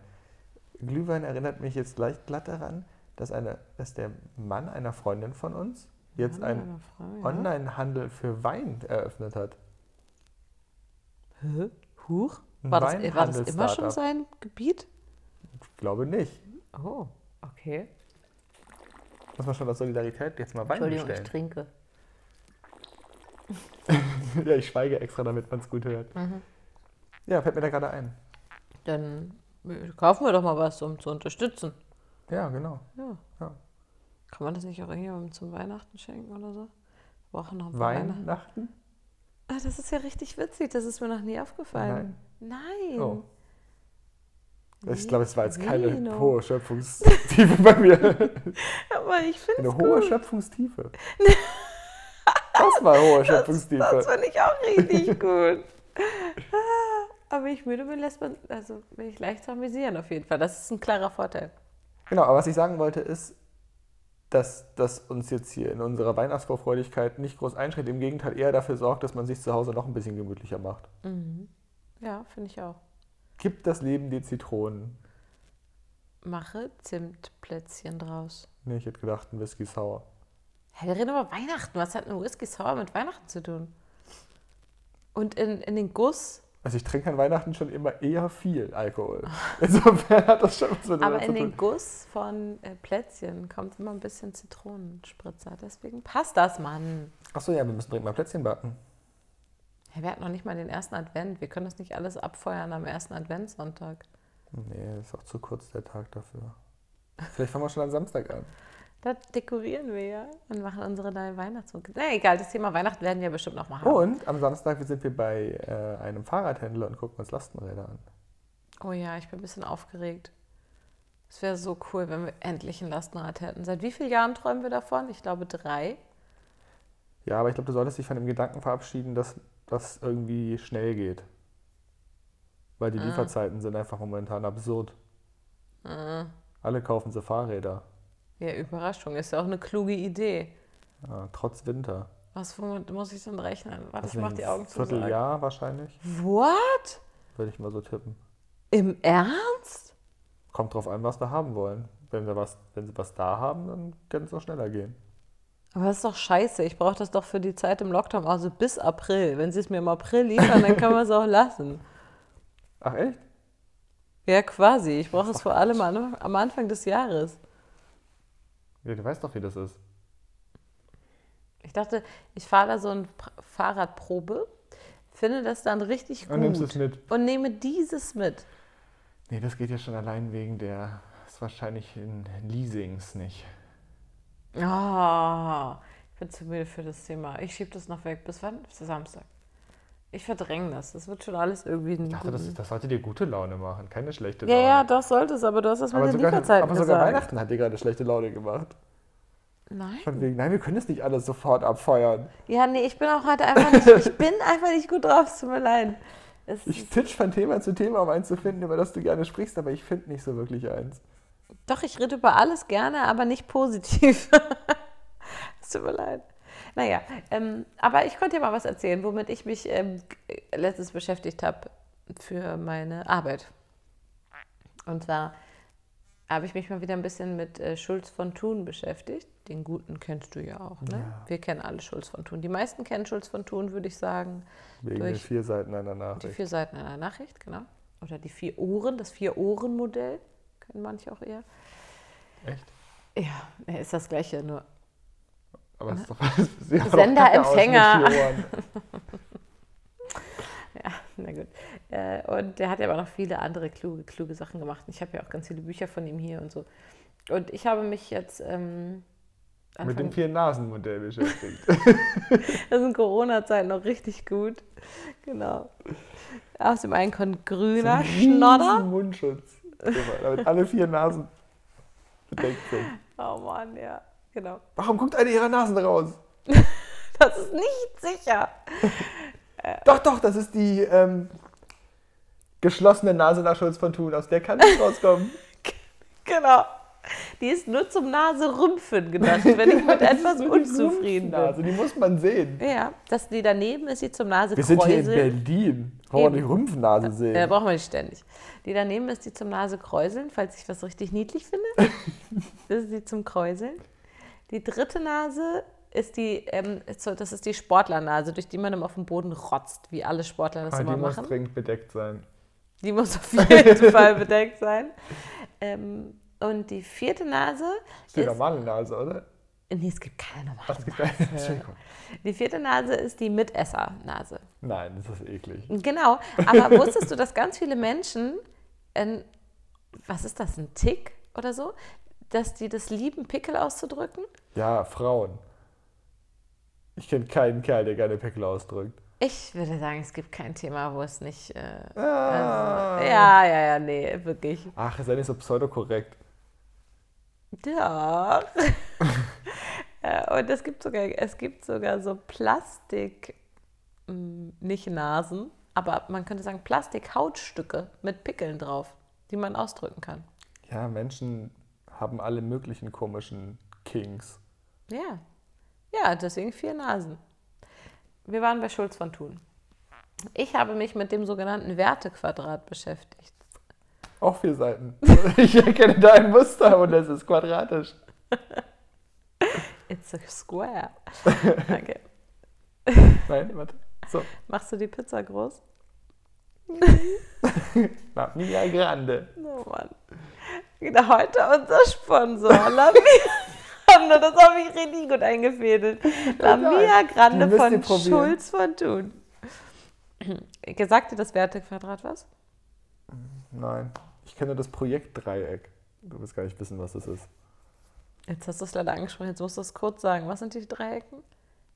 Speaker 4: Glühwein erinnert mich jetzt leicht glatt daran, dass, eine, dass der Mann einer Freundin von uns jetzt einen Online-Handel für Wein eröffnet hat.
Speaker 5: Hä? Huch?
Speaker 4: Ein
Speaker 5: War das, äh, war das immer
Speaker 4: Weinhandel-Startup.
Speaker 5: schon sein Gebiet?
Speaker 4: Ich glaube nicht.
Speaker 5: Oh, okay.
Speaker 4: Muss man schon aus Solidarität jetzt mal Wein
Speaker 5: Entschuldigung, ich
Speaker 4: bestellen.
Speaker 5: trinke.
Speaker 4: ja, ich schweige extra, damit man es gut hört.
Speaker 5: Mhm.
Speaker 4: Ja, fällt mir da gerade ein.
Speaker 5: Dann äh, kaufen wir doch mal was, um zu unterstützen.
Speaker 4: Ja, genau.
Speaker 5: Ja.
Speaker 4: Ja.
Speaker 5: Kann man das nicht auch irgendjemandem zum Weihnachten schenken oder so? Wir brauchen noch ein paar Weihnachten.
Speaker 4: Weihnachten?
Speaker 5: Ah, das ist ja richtig witzig. Das ist mir noch nie aufgefallen. Nein.
Speaker 4: Oh. Ich glaube, es war jetzt keine
Speaker 5: Vino.
Speaker 4: hohe Schöpfungstiefe bei mir.
Speaker 5: Aber ich
Speaker 4: Eine
Speaker 5: finde es
Speaker 4: hohe
Speaker 5: gut.
Speaker 4: Schöpfungstiefe. Das war hohe
Speaker 5: Das
Speaker 4: Schöpfungstiefe.
Speaker 5: finde ich auch richtig gut. Ah, Aber wenn ich müde bin, lässt man, also bin ich leicht zu amüsieren auf jeden Fall. Das ist ein klarer Vorteil.
Speaker 4: Genau, aber was ich sagen wollte ist, dass das uns jetzt hier in unserer Weihnachtsvorfreudigkeit nicht groß einschränkt. Im Gegenteil, eher dafür sorgt, dass man sich zu Hause noch ein bisschen gemütlicher macht.
Speaker 5: Ja, finde ich auch.
Speaker 4: Gibt das Leben die Zitronen?
Speaker 5: Mache Zimtplätzchen draus.
Speaker 4: Nee, ich hätte gedacht, ein Whisky Sour.
Speaker 5: Hä, wir reden über Weihnachten. halt Was hat ein Whisky Sour mit Weihnachten zu tun? Und in, in den Guss,
Speaker 4: Also ich trinke an Weihnachten schon immer eher viel Alkohol. Insofern hat das schon was
Speaker 5: aber
Speaker 4: miteinander zu
Speaker 5: in den
Speaker 4: tun.
Speaker 5: Guss von äh, Plätzchen kommt immer ein bisschen Zitronenspritzer. Deswegen passt das, Mann.
Speaker 4: Achso, ja, wir müssen dringend mal Plätzchen backen.
Speaker 5: Hä, wir hatten noch nicht mal den ersten Advent. Wir können das nicht alles abfeuern am ersten Adventssonntag.
Speaker 4: Nee, ist auch zu kurz der Tag dafür. Vielleicht fangen wir schon am Samstag an.
Speaker 5: Da dekorieren wir ja und machen unsere neue Weihnachtsmucke. Na egal, das Thema Weihnachten werden wir bestimmt noch mal haben.
Speaker 4: Und am Samstag sind wir bei äh, einem Fahrradhändler und gucken uns Lastenräder an.
Speaker 5: Oh ja, ich bin ein bisschen aufgeregt. Es wäre so cool, wenn wir endlich ein Lastenrad hätten. Seit wie vielen Jahren träumen wir davon? Ich glaube drei.
Speaker 4: Ja, aber ich glaube, du solltest dich von dem Gedanken verabschieden, dass das irgendwie schnell geht. Weil die
Speaker 5: Ah.
Speaker 4: Lieferzeiten sind einfach momentan absurd.
Speaker 5: Ah.
Speaker 4: Alle kaufen sie Fahrräder.
Speaker 5: Ja, Überraschung. Ist ja auch eine kluge Idee.
Speaker 4: Ja, trotz Winter.
Speaker 5: Was womit muss ich denn rechnen? Warte, ich
Speaker 4: Weiß
Speaker 5: mach
Speaker 4: nicht,
Speaker 5: die Augen zu. Sarg.
Speaker 4: Vierteljahr wahrscheinlich,
Speaker 5: What?
Speaker 4: würde ich mal so tippen.
Speaker 5: Im Ernst?
Speaker 4: Kommt drauf an, was wir haben wollen. Wenn sie was, wenn sie was da haben, dann kann es auch schneller gehen.
Speaker 5: Aber das ist doch scheiße. Ich brauche das doch für die Zeit im Lockdown, also bis April. Wenn sie es mir im April liefern, dann können wir es auch lassen.
Speaker 4: Ach echt?
Speaker 5: Ja, quasi. Ich brauche es vor allem an- am Anfang des Jahres.
Speaker 4: Ja, du weißt doch, wie das ist.
Speaker 5: Ich dachte, ich fahre da so ein Pr- Fahrradprobe, finde das dann richtig gut
Speaker 4: Und nimmst es mit.
Speaker 5: und nehme dieses mit.
Speaker 4: Nee, das geht ja schon allein wegen der. Ist wahrscheinlich in Leasings nicht.
Speaker 5: Ah, ich bin zu müde für das Thema. Ich schiebe das noch weg. Bis wann? Bis Samstag. Ich verdränge das. Das wird schon alles irgendwie ein.
Speaker 4: Ich dachte, das, das sollte dir gute Laune machen, keine schlechte
Speaker 5: Mhm. ja,
Speaker 4: Laune.
Speaker 5: ja, doch sollte es, aber du hast das mit
Speaker 4: aber
Speaker 5: den
Speaker 4: sogar,
Speaker 5: Lieferzeiten
Speaker 4: aber sogar
Speaker 5: gesagt.
Speaker 4: Weihnachten hat dir gerade schlechte Laune gemacht.
Speaker 5: Nein.
Speaker 4: Von wegen, nein, wir können das nicht alles sofort abfeuern.
Speaker 5: Ja, nee, ich bin auch heute einfach nicht. Ich bin einfach nicht gut drauf, es tut mir leid. Es,
Speaker 4: Ich titsch von Thema zu Thema, um eins zu finden, über das du gerne sprichst, aber ich finde nicht so wirklich eins.
Speaker 5: doch, ich rede über alles gerne, aber nicht positiv. es tut mir leid. Naja, ähm, aber ich konnte dir mal was erzählen, womit ich mich ähm, g- letztens beschäftigt habe für meine Arbeit. Und zwar habe ich mich mal wieder ein bisschen mit äh, Schulz von Thun beschäftigt. Den Guten kennst du ja auch, ne? Wir kennen alle Schulz von Thun. Die meisten kennen Schulz von Thun, würde ich sagen.
Speaker 4: Wegen den
Speaker 5: Durch-
Speaker 4: vier Seiten einer
Speaker 5: Die
Speaker 4: Nachricht.
Speaker 5: vier Seiten einer Nachricht, genau. Oder die vier Ohren, das Vier-Ohren-Modell, kennen manche auch eher.
Speaker 4: Echt?
Speaker 5: Ja, nee, ist das gleiche, nur.
Speaker 4: Aber es ist doch alles sie haben doch
Speaker 5: Sender,
Speaker 4: Kacke aus mit
Speaker 5: Empfänger.
Speaker 4: vier Ohren.
Speaker 5: Ja, na gut. Äh, Und der hat ja aber noch viele andere kluge, kluge Sachen gemacht. Ich habe ja auch ganz viele Bücher von ihm hier und so. Und ich habe mich jetzt. Ähm,
Speaker 4: Mit dem
Speaker 5: Anfang-
Speaker 4: Vier-Nasen-Modell beschäftigt.
Speaker 5: das sind Corona-Zeiten noch richtig gut. Genau. Aus dem einen kommt grüner Schnodder.
Speaker 4: Riesen Mundschutz. Immer, Damit alle vier Nasen bedeckt sind.
Speaker 5: Oh Mann, ja, genau.
Speaker 4: Warum guckt eine ihrer Nasen raus?
Speaker 5: Das ist nicht sicher.
Speaker 4: Doch, doch, das ist die ähm, geschlossene Nase nach Schulz von Thun. Aus der kann nicht rauskommen.
Speaker 5: Genau. Die ist nur zum Naserümpfen gedacht, wenn ich mit etwas unzufrieden bin.
Speaker 4: Nase, die muss man sehen.
Speaker 5: Ja, das, die daneben ist die zum
Speaker 4: Wir sind hier in
Speaker 5: Nasekräuseln.
Speaker 4: Berlin. Wollen wir die
Speaker 5: Eben.
Speaker 4: Rümpfnase sehen?
Speaker 5: Ja, Äh, brauchen wir nicht ständig. Die daneben ist die zum Nasekräuseln, falls ich was richtig niedlich finde. Das ist die zum Kräuseln. Die dritte Nase ist die, ähm, ist so, das ist die Sportlernase, durch die man immer auf dem Boden rotzt, wie alle Sportler das
Speaker 4: Ah,
Speaker 5: immer
Speaker 4: die muss
Speaker 5: machen.
Speaker 4: dringend bedeckt sein.
Speaker 5: Die muss auf jeden Fall bedeckt sein. Ähm, und die vierte Nase
Speaker 4: Das ist die
Speaker 5: ist.
Speaker 4: normale Nase, oder?
Speaker 5: Nee, es gibt keine normale.
Speaker 4: Was gibt Entschuldigung.
Speaker 5: Die vierte Nase ist die Mitesser-Nase.
Speaker 4: Nein, das ist eklig.
Speaker 5: Genau. Aber wusstest du, dass ganz viele Menschen, ein, was ist das, ein Tick oder so, dass die das lieben, Pickel auszudrücken?
Speaker 4: Ja, Frauen. Ich kenne keinen Kerl, der gerne Pickel ausdrückt.
Speaker 5: Ich würde sagen, es gibt kein Thema, wo es nicht. Äh, also,
Speaker 4: Ah.
Speaker 5: ja, ja, ja, nee, wirklich.
Speaker 4: Ach, sei nicht so pseudokorrekt.
Speaker 5: Doch. Äh, Und es gibt sogar, es gibt sogar so Plastik, m, nicht Nasen, aber man könnte sagen Plastikhautstücke mit Pickeln drauf, die man ausdrücken kann.
Speaker 4: Ja, Menschen haben alle möglichen komischen Kings.
Speaker 5: Ja. Ja, deswegen vier Nasen. Wir waren bei Schulz von Thun. Ich habe mich mit dem sogenannten Wertequadrat beschäftigt.
Speaker 4: Auch vier Seiten. Ich erkenne da ein Muster und es ist quadratisch.
Speaker 5: It's a square. Okay.
Speaker 4: Nein, warte. So,
Speaker 5: Machst du die Pizza groß?
Speaker 4: na, Mia Grande.
Speaker 5: Oh Mann. Wieder heute unser Sponsor, Lamia. Das habe ich richtig gut eingefädelt. Lamia Grande
Speaker 4: Die müsst ihr
Speaker 5: von
Speaker 4: probieren.
Speaker 5: Schulz von Thun. Gesagt dir das Wertequadrat was?
Speaker 4: Nein, ich kenne nur das Projekt Dreieck. Du wirst gar nicht wissen, was das ist.
Speaker 5: Jetzt hast du es leider angesprochen, jetzt musst du es kurz sagen. Was sind die Dreiecken?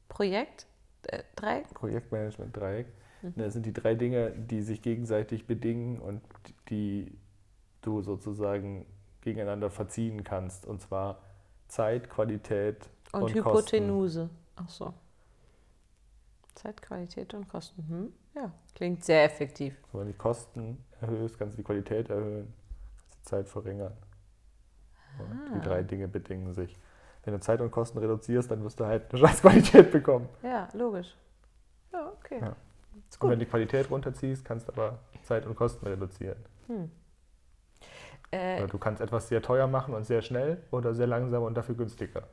Speaker 5: Projekt? Äh, Dreieck?
Speaker 4: Projektmanagement Dreieck. Das sind die drei Dinge, die sich gegenseitig bedingen und die du sozusagen gegeneinander verziehen kannst. Und zwar Zeit, Qualität und,
Speaker 5: Und,
Speaker 4: Kosten.
Speaker 5: Hypotenuse. Ach so. Zeit, Qualität und Kosten. Hm? Ja, klingt sehr effektiv.
Speaker 4: Wenn du die Kosten erhöhst, kannst du die Qualität erhöhen, kannst die Zeit verringern. Und
Speaker 5: Ah.
Speaker 4: die drei Dinge bedingen sich. Wenn du Zeit und Kosten reduzierst, dann wirst du halt eine scheiß Qualität bekommen.
Speaker 5: Ja, logisch. Ja, okay.
Speaker 4: Ja. Und wenn du die Qualität runterziehst, kannst du aber Zeit und Kosten reduzieren.
Speaker 5: Äh,
Speaker 4: Oder du kannst etwas sehr teuer machen und sehr schnell oder sehr langsam und dafür günstiger.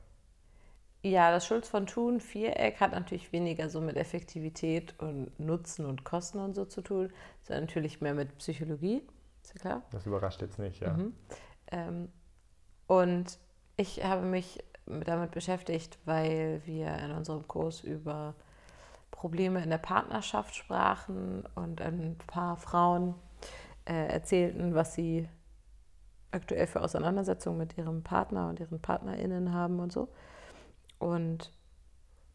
Speaker 5: ja, das Schulz von Thun Viereck hat natürlich weniger so mit Effektivität und Nutzen und Kosten und so zu tun, sondern natürlich mehr mit Psychologie. Ist ja klar.
Speaker 4: Das überrascht jetzt nicht, ja.
Speaker 5: Mhm. Ähm, und ich habe mich damit beschäftigt, weil wir in unserem Kurs über Probleme in der Partnerschaft sprachen und ein paar Frauen äh, erzählten, was sie aktuell für Auseinandersetzungen mit ihrem Partner und ihren PartnerInnen haben und so. Und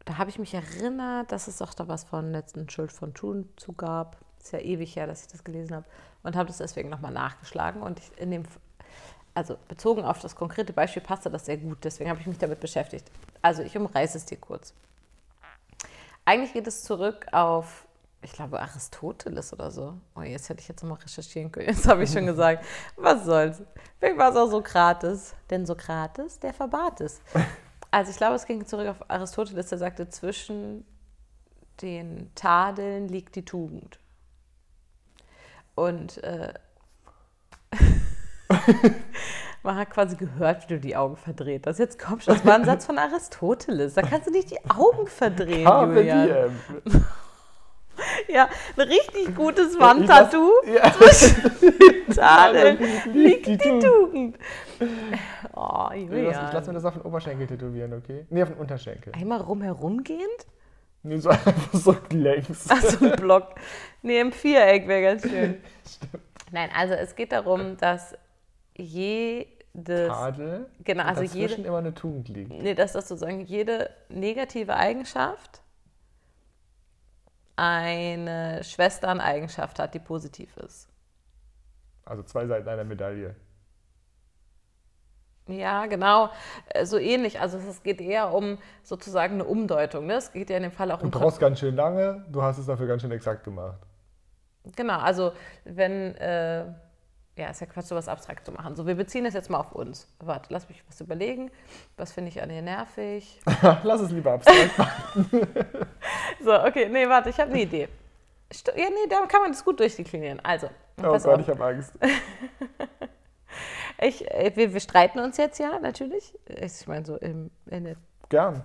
Speaker 5: Da habe ich mich erinnert, dass es doch da was von letzten Schild von Thun zu gab. Ist ja ewig her, dass ich das gelesen habe. Und habe das deswegen nochmal nachgeschlagen. Und ich in dem, also bezogen auf das konkrete Beispiel passte das sehr gut. Deswegen habe ich mich damit beschäftigt. Also ich umreiße es dir kurz. Eigentlich geht es zurück auf, ich glaube, Aristoteles oder so. Oh, jetzt hätte ich jetzt nochmal recherchieren können. Jetzt habe ich schon gesagt, was soll's. Vielleicht war es auch Sokrates. Denn Sokrates, der verbat es. Also ich glaube, es ging zurück auf Aristoteles, der sagte, zwischen den Tadeln liegt die Tugend. Und äh, man hat quasi gehört, wie du die Augen verdreht hast. Jetzt komm schon, das war ein Satz von Aristoteles. Da kannst du nicht die Augen verdrehen,
Speaker 4: Carpe
Speaker 5: Julian.
Speaker 4: diem.
Speaker 5: Ja, ein richtig gutes Wandtattoo.
Speaker 4: Ja.
Speaker 5: Tadeln liegt die
Speaker 4: die Tugend.
Speaker 5: Tugend. Oh,
Speaker 4: Ich lasse mir
Speaker 5: Julian.
Speaker 4: das auf den Oberschenkel tätowieren, okay? Nee, auf den Unterschenkel.
Speaker 5: Einmal rumherumgehend?
Speaker 4: Nee, so einfach so längs.
Speaker 5: Ach, so ein Block. Nee, im Viereck wäre ganz schön. Nein, also es geht darum, dass jedes.
Speaker 4: Adel.
Speaker 5: Genau,
Speaker 4: und
Speaker 5: also jede-
Speaker 4: dazwischen immer eine Tugend liegt.
Speaker 5: Nee, dass das sozusagen jede negative Eigenschaft eine Schwestern-Eigenschaft hat, die positiv ist.
Speaker 4: Also zwei Seiten einer Medaille.
Speaker 5: Ja, genau. Äh, So ähnlich. Also es geht eher um sozusagen eine Umdeutung. Ne? Es geht ja in dem Fall auch
Speaker 4: Du
Speaker 5: um
Speaker 4: brauchst ganz schön lange, du hast es dafür ganz schön exakt gemacht.
Speaker 5: Genau, also wenn, äh, ja, ist ja Quatsch, sowas abstrakt zu machen. So, wir beziehen das jetzt mal auf uns. Warte, lass mich was überlegen. Was finde ich an dir nervig?
Speaker 4: Lass es lieber abstrakt.
Speaker 5: So, okay, nee, warte, ich habe eine Idee. Sto ja, nee, da kann man das gut durchdeklinieren. Also,
Speaker 4: Oh
Speaker 5: pass
Speaker 4: Gott,
Speaker 5: auf.
Speaker 4: ich habe Angst.
Speaker 5: Ich, äh, wir, wir streiten uns jetzt ja, natürlich. Ich meine, so im, in der,
Speaker 4: Gern.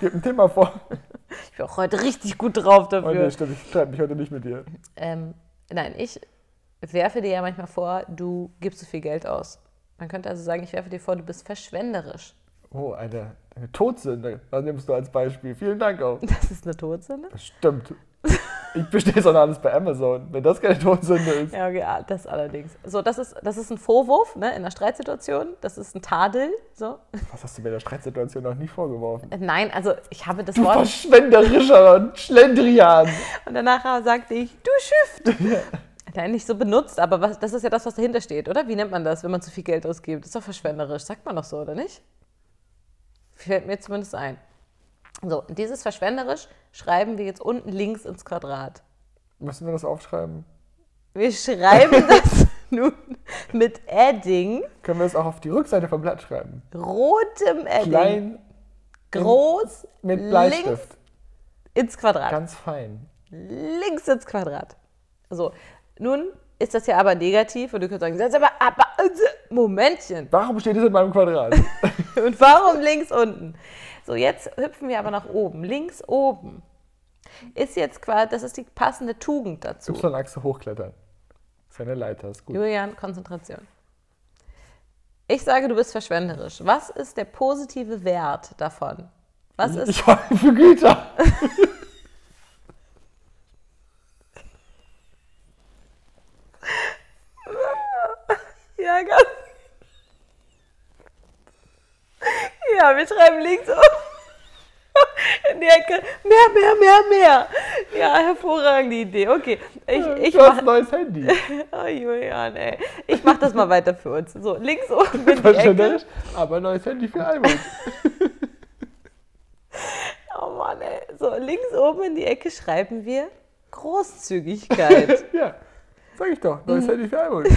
Speaker 4: Gib ein Thema vor.
Speaker 5: ich bin auch heute richtig gut drauf
Speaker 4: Oh
Speaker 5: dafür.
Speaker 4: nee, stimmt, ich streite mich heute nicht mit dir.
Speaker 5: Ähm, nein, ich werfe dir ja manchmal vor, du gibst zu viel Geld aus. Man könnte also sagen, ich werfe dir vor, du bist verschwenderisch.
Speaker 4: Oh, eine, eine Todsünde. Das nimmst du als Beispiel. Vielen Dank auch.
Speaker 5: Das ist eine Todsünde.
Speaker 4: Stimmt. Ich bestelle so alles bei Amazon, wenn das keine Todsünde ist.
Speaker 5: Ja, okay, ah, das allerdings. So, das ist, das ist ein Vorwurf ne, in einer Streitsituation. Das ist ein Tadel. So.
Speaker 4: Was hast du mir in der Streitsituation noch nie vorgeworfen?
Speaker 5: Äh, Nein, also ich habe das
Speaker 4: Du
Speaker 5: Wort
Speaker 4: verschwenderischer und Schlendrian.
Speaker 5: und danach sagte ich, du Schift. Nein, nicht so benutzt, aber was, das ist ja das, was dahinter steht, oder? Wie nennt man das, wenn man zu viel Geld ausgibt? Das ist doch verschwenderisch, sagt man doch so, oder nicht? Fällt mir zumindest ein. So, dieses verschwenderisch schreiben wir jetzt unten links ins Quadrat.
Speaker 4: Müssen wir das aufschreiben?
Speaker 5: Wir schreiben das nun mit Edding,
Speaker 4: Können wir es auch auf die Rückseite vom Blatt schreiben?
Speaker 5: rotem Edding.
Speaker 4: Klein
Speaker 5: groß
Speaker 4: mit Bleistift.
Speaker 5: links ins Quadrat.
Speaker 4: Ganz fein.
Speaker 5: links ins Quadrat. So, nun ist das ja aber negativ und du könntest sagen, das ist aber, aber also, Momentchen.
Speaker 4: Warum steht es in meinem Quadrat?
Speaker 5: Und warum links unten? So, jetzt hüpfen wir aber nach oben. Links oben ist jetzt quasi, das ist die passende Tugend dazu.
Speaker 4: Y-Achse hochklettern. Seine Leiter ist gut.
Speaker 5: Julian, Konzentration. Ich sage, du bist verschwenderisch. Was ist der positive Wert davon? Was ist
Speaker 4: Ich habe für Güter.
Speaker 5: Ja, ganz. Ja, wir schreiben links oben in die Ecke. Mehr, mehr, mehr, mehr. Ja, hervorragende Idee. Okay, ich, ich
Speaker 4: du hast ein
Speaker 5: mach.
Speaker 4: neues Handy.
Speaker 5: Oh, Julian, ey. Ich mach das mal weiter für uns. So, links oben in die Ecke.
Speaker 4: Verschwenderisch, aber ein neues Handy für Almut.
Speaker 5: Oh Mann, ey. So, links oben in die Ecke schreiben wir Großzügigkeit.
Speaker 4: ja, sag ich doch.
Speaker 5: Mhm.
Speaker 4: Neues Handy für Almut.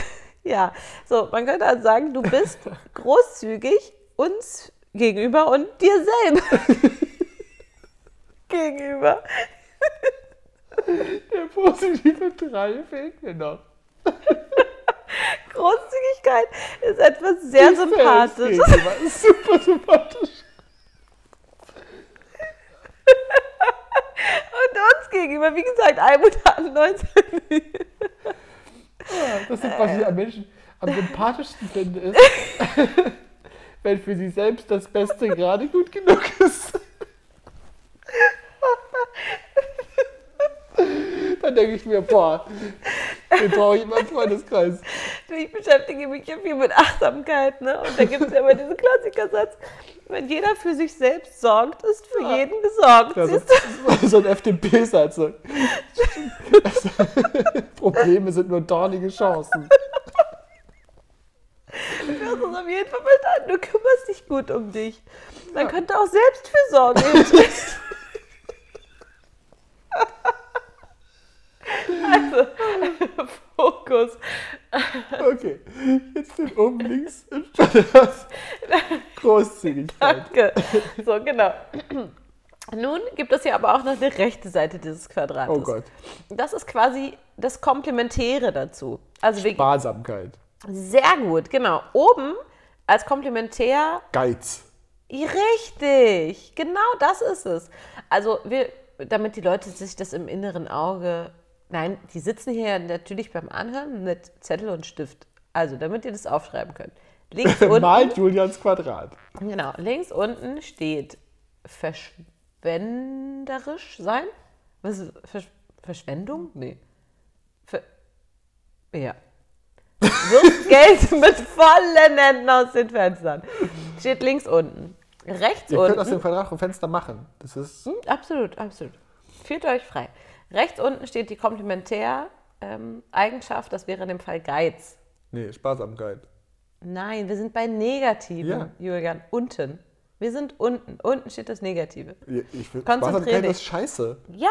Speaker 5: Ja, so, man könnte also sagen, du bist großzügig uns gegenüber und dir selbst gegenüber.
Speaker 4: Der positive Drei fehlt mir noch.
Speaker 5: Großzügigkeit ist etwas sehr sympathisch.
Speaker 4: Selbst gegenüber. Super sympathisch.
Speaker 5: Und uns gegenüber, wie gesagt, Almut hat ein neues Handy.
Speaker 4: Das ist, was ich am Menschen am sympathischsten finde, ist, wenn für sie selbst das Beste gerade gut genug ist. Dann denke ich mir, boah, den brauche ich in meinem Freundeskreis.
Speaker 5: Du, Ich beschäftige mich ja viel mit Achtsamkeit, ne? Und da gibt es ja immer diesen Klassikersatz. Wenn jeder für sich selbst sorgt, ist für jeden gesorgt.
Speaker 4: Ja, so,
Speaker 5: Siehst du?
Speaker 4: so ein FDP-Satz. so. Probleme sind nur dornige Chancen.
Speaker 5: Du hast es auf jeden Fall verstanden. Du kümmerst dich gut um dich. Man könnte auch Selbstfürsorge entwickeln. also, Fokus.
Speaker 4: Okay, jetzt sind oben links im Standard Großzügigkeit.
Speaker 5: Danke. So, genau. Nun gibt es ja aber auch noch eine rechte Seite dieses Quadrates.
Speaker 4: Oh Gott,
Speaker 5: Das ist quasi das Komplementäre dazu. Also wir,
Speaker 4: Sparsamkeit,
Speaker 5: sehr gut, genau. Oben als Komplementär
Speaker 4: Geiz.
Speaker 5: Richtig, genau das ist es. Also wir, damit die Leute sich das im inneren Auge, nein, die sitzen hier natürlich beim Anhören mit Zettel und Stift. Also damit ihr das aufschreiben könnt. Links
Speaker 4: Malt
Speaker 5: unten,
Speaker 4: Julians Quadrat.
Speaker 5: genau, links unten steht verschwenderisch sein. Was ist Versch Verschwendung? Nee. Ver ja. Wirft Geld mit vollen Händen aus den Fenstern. Steht links unten. Rechts
Speaker 4: Ihr könnt aus
Speaker 5: unten.
Speaker 4: dem Quadrat ein Fenster machen. Das ist
Speaker 5: Hm, Absolut, absolut. Fühlt euch frei. Rechts unten steht die Komplementär-Eigenschaft, das wäre in dem Fall Geiz.
Speaker 4: nee, Sparsamkeit.
Speaker 5: Nein, wir sind bei Negativen,
Speaker 4: Ja.
Speaker 5: Julian. Unten. Wir sind unten. Unten steht das Negative.
Speaker 4: Ich, will-
Speaker 5: Konzentrier
Speaker 4: Sparsamkeit
Speaker 5: dich.
Speaker 4: ist scheiße.
Speaker 5: Ja,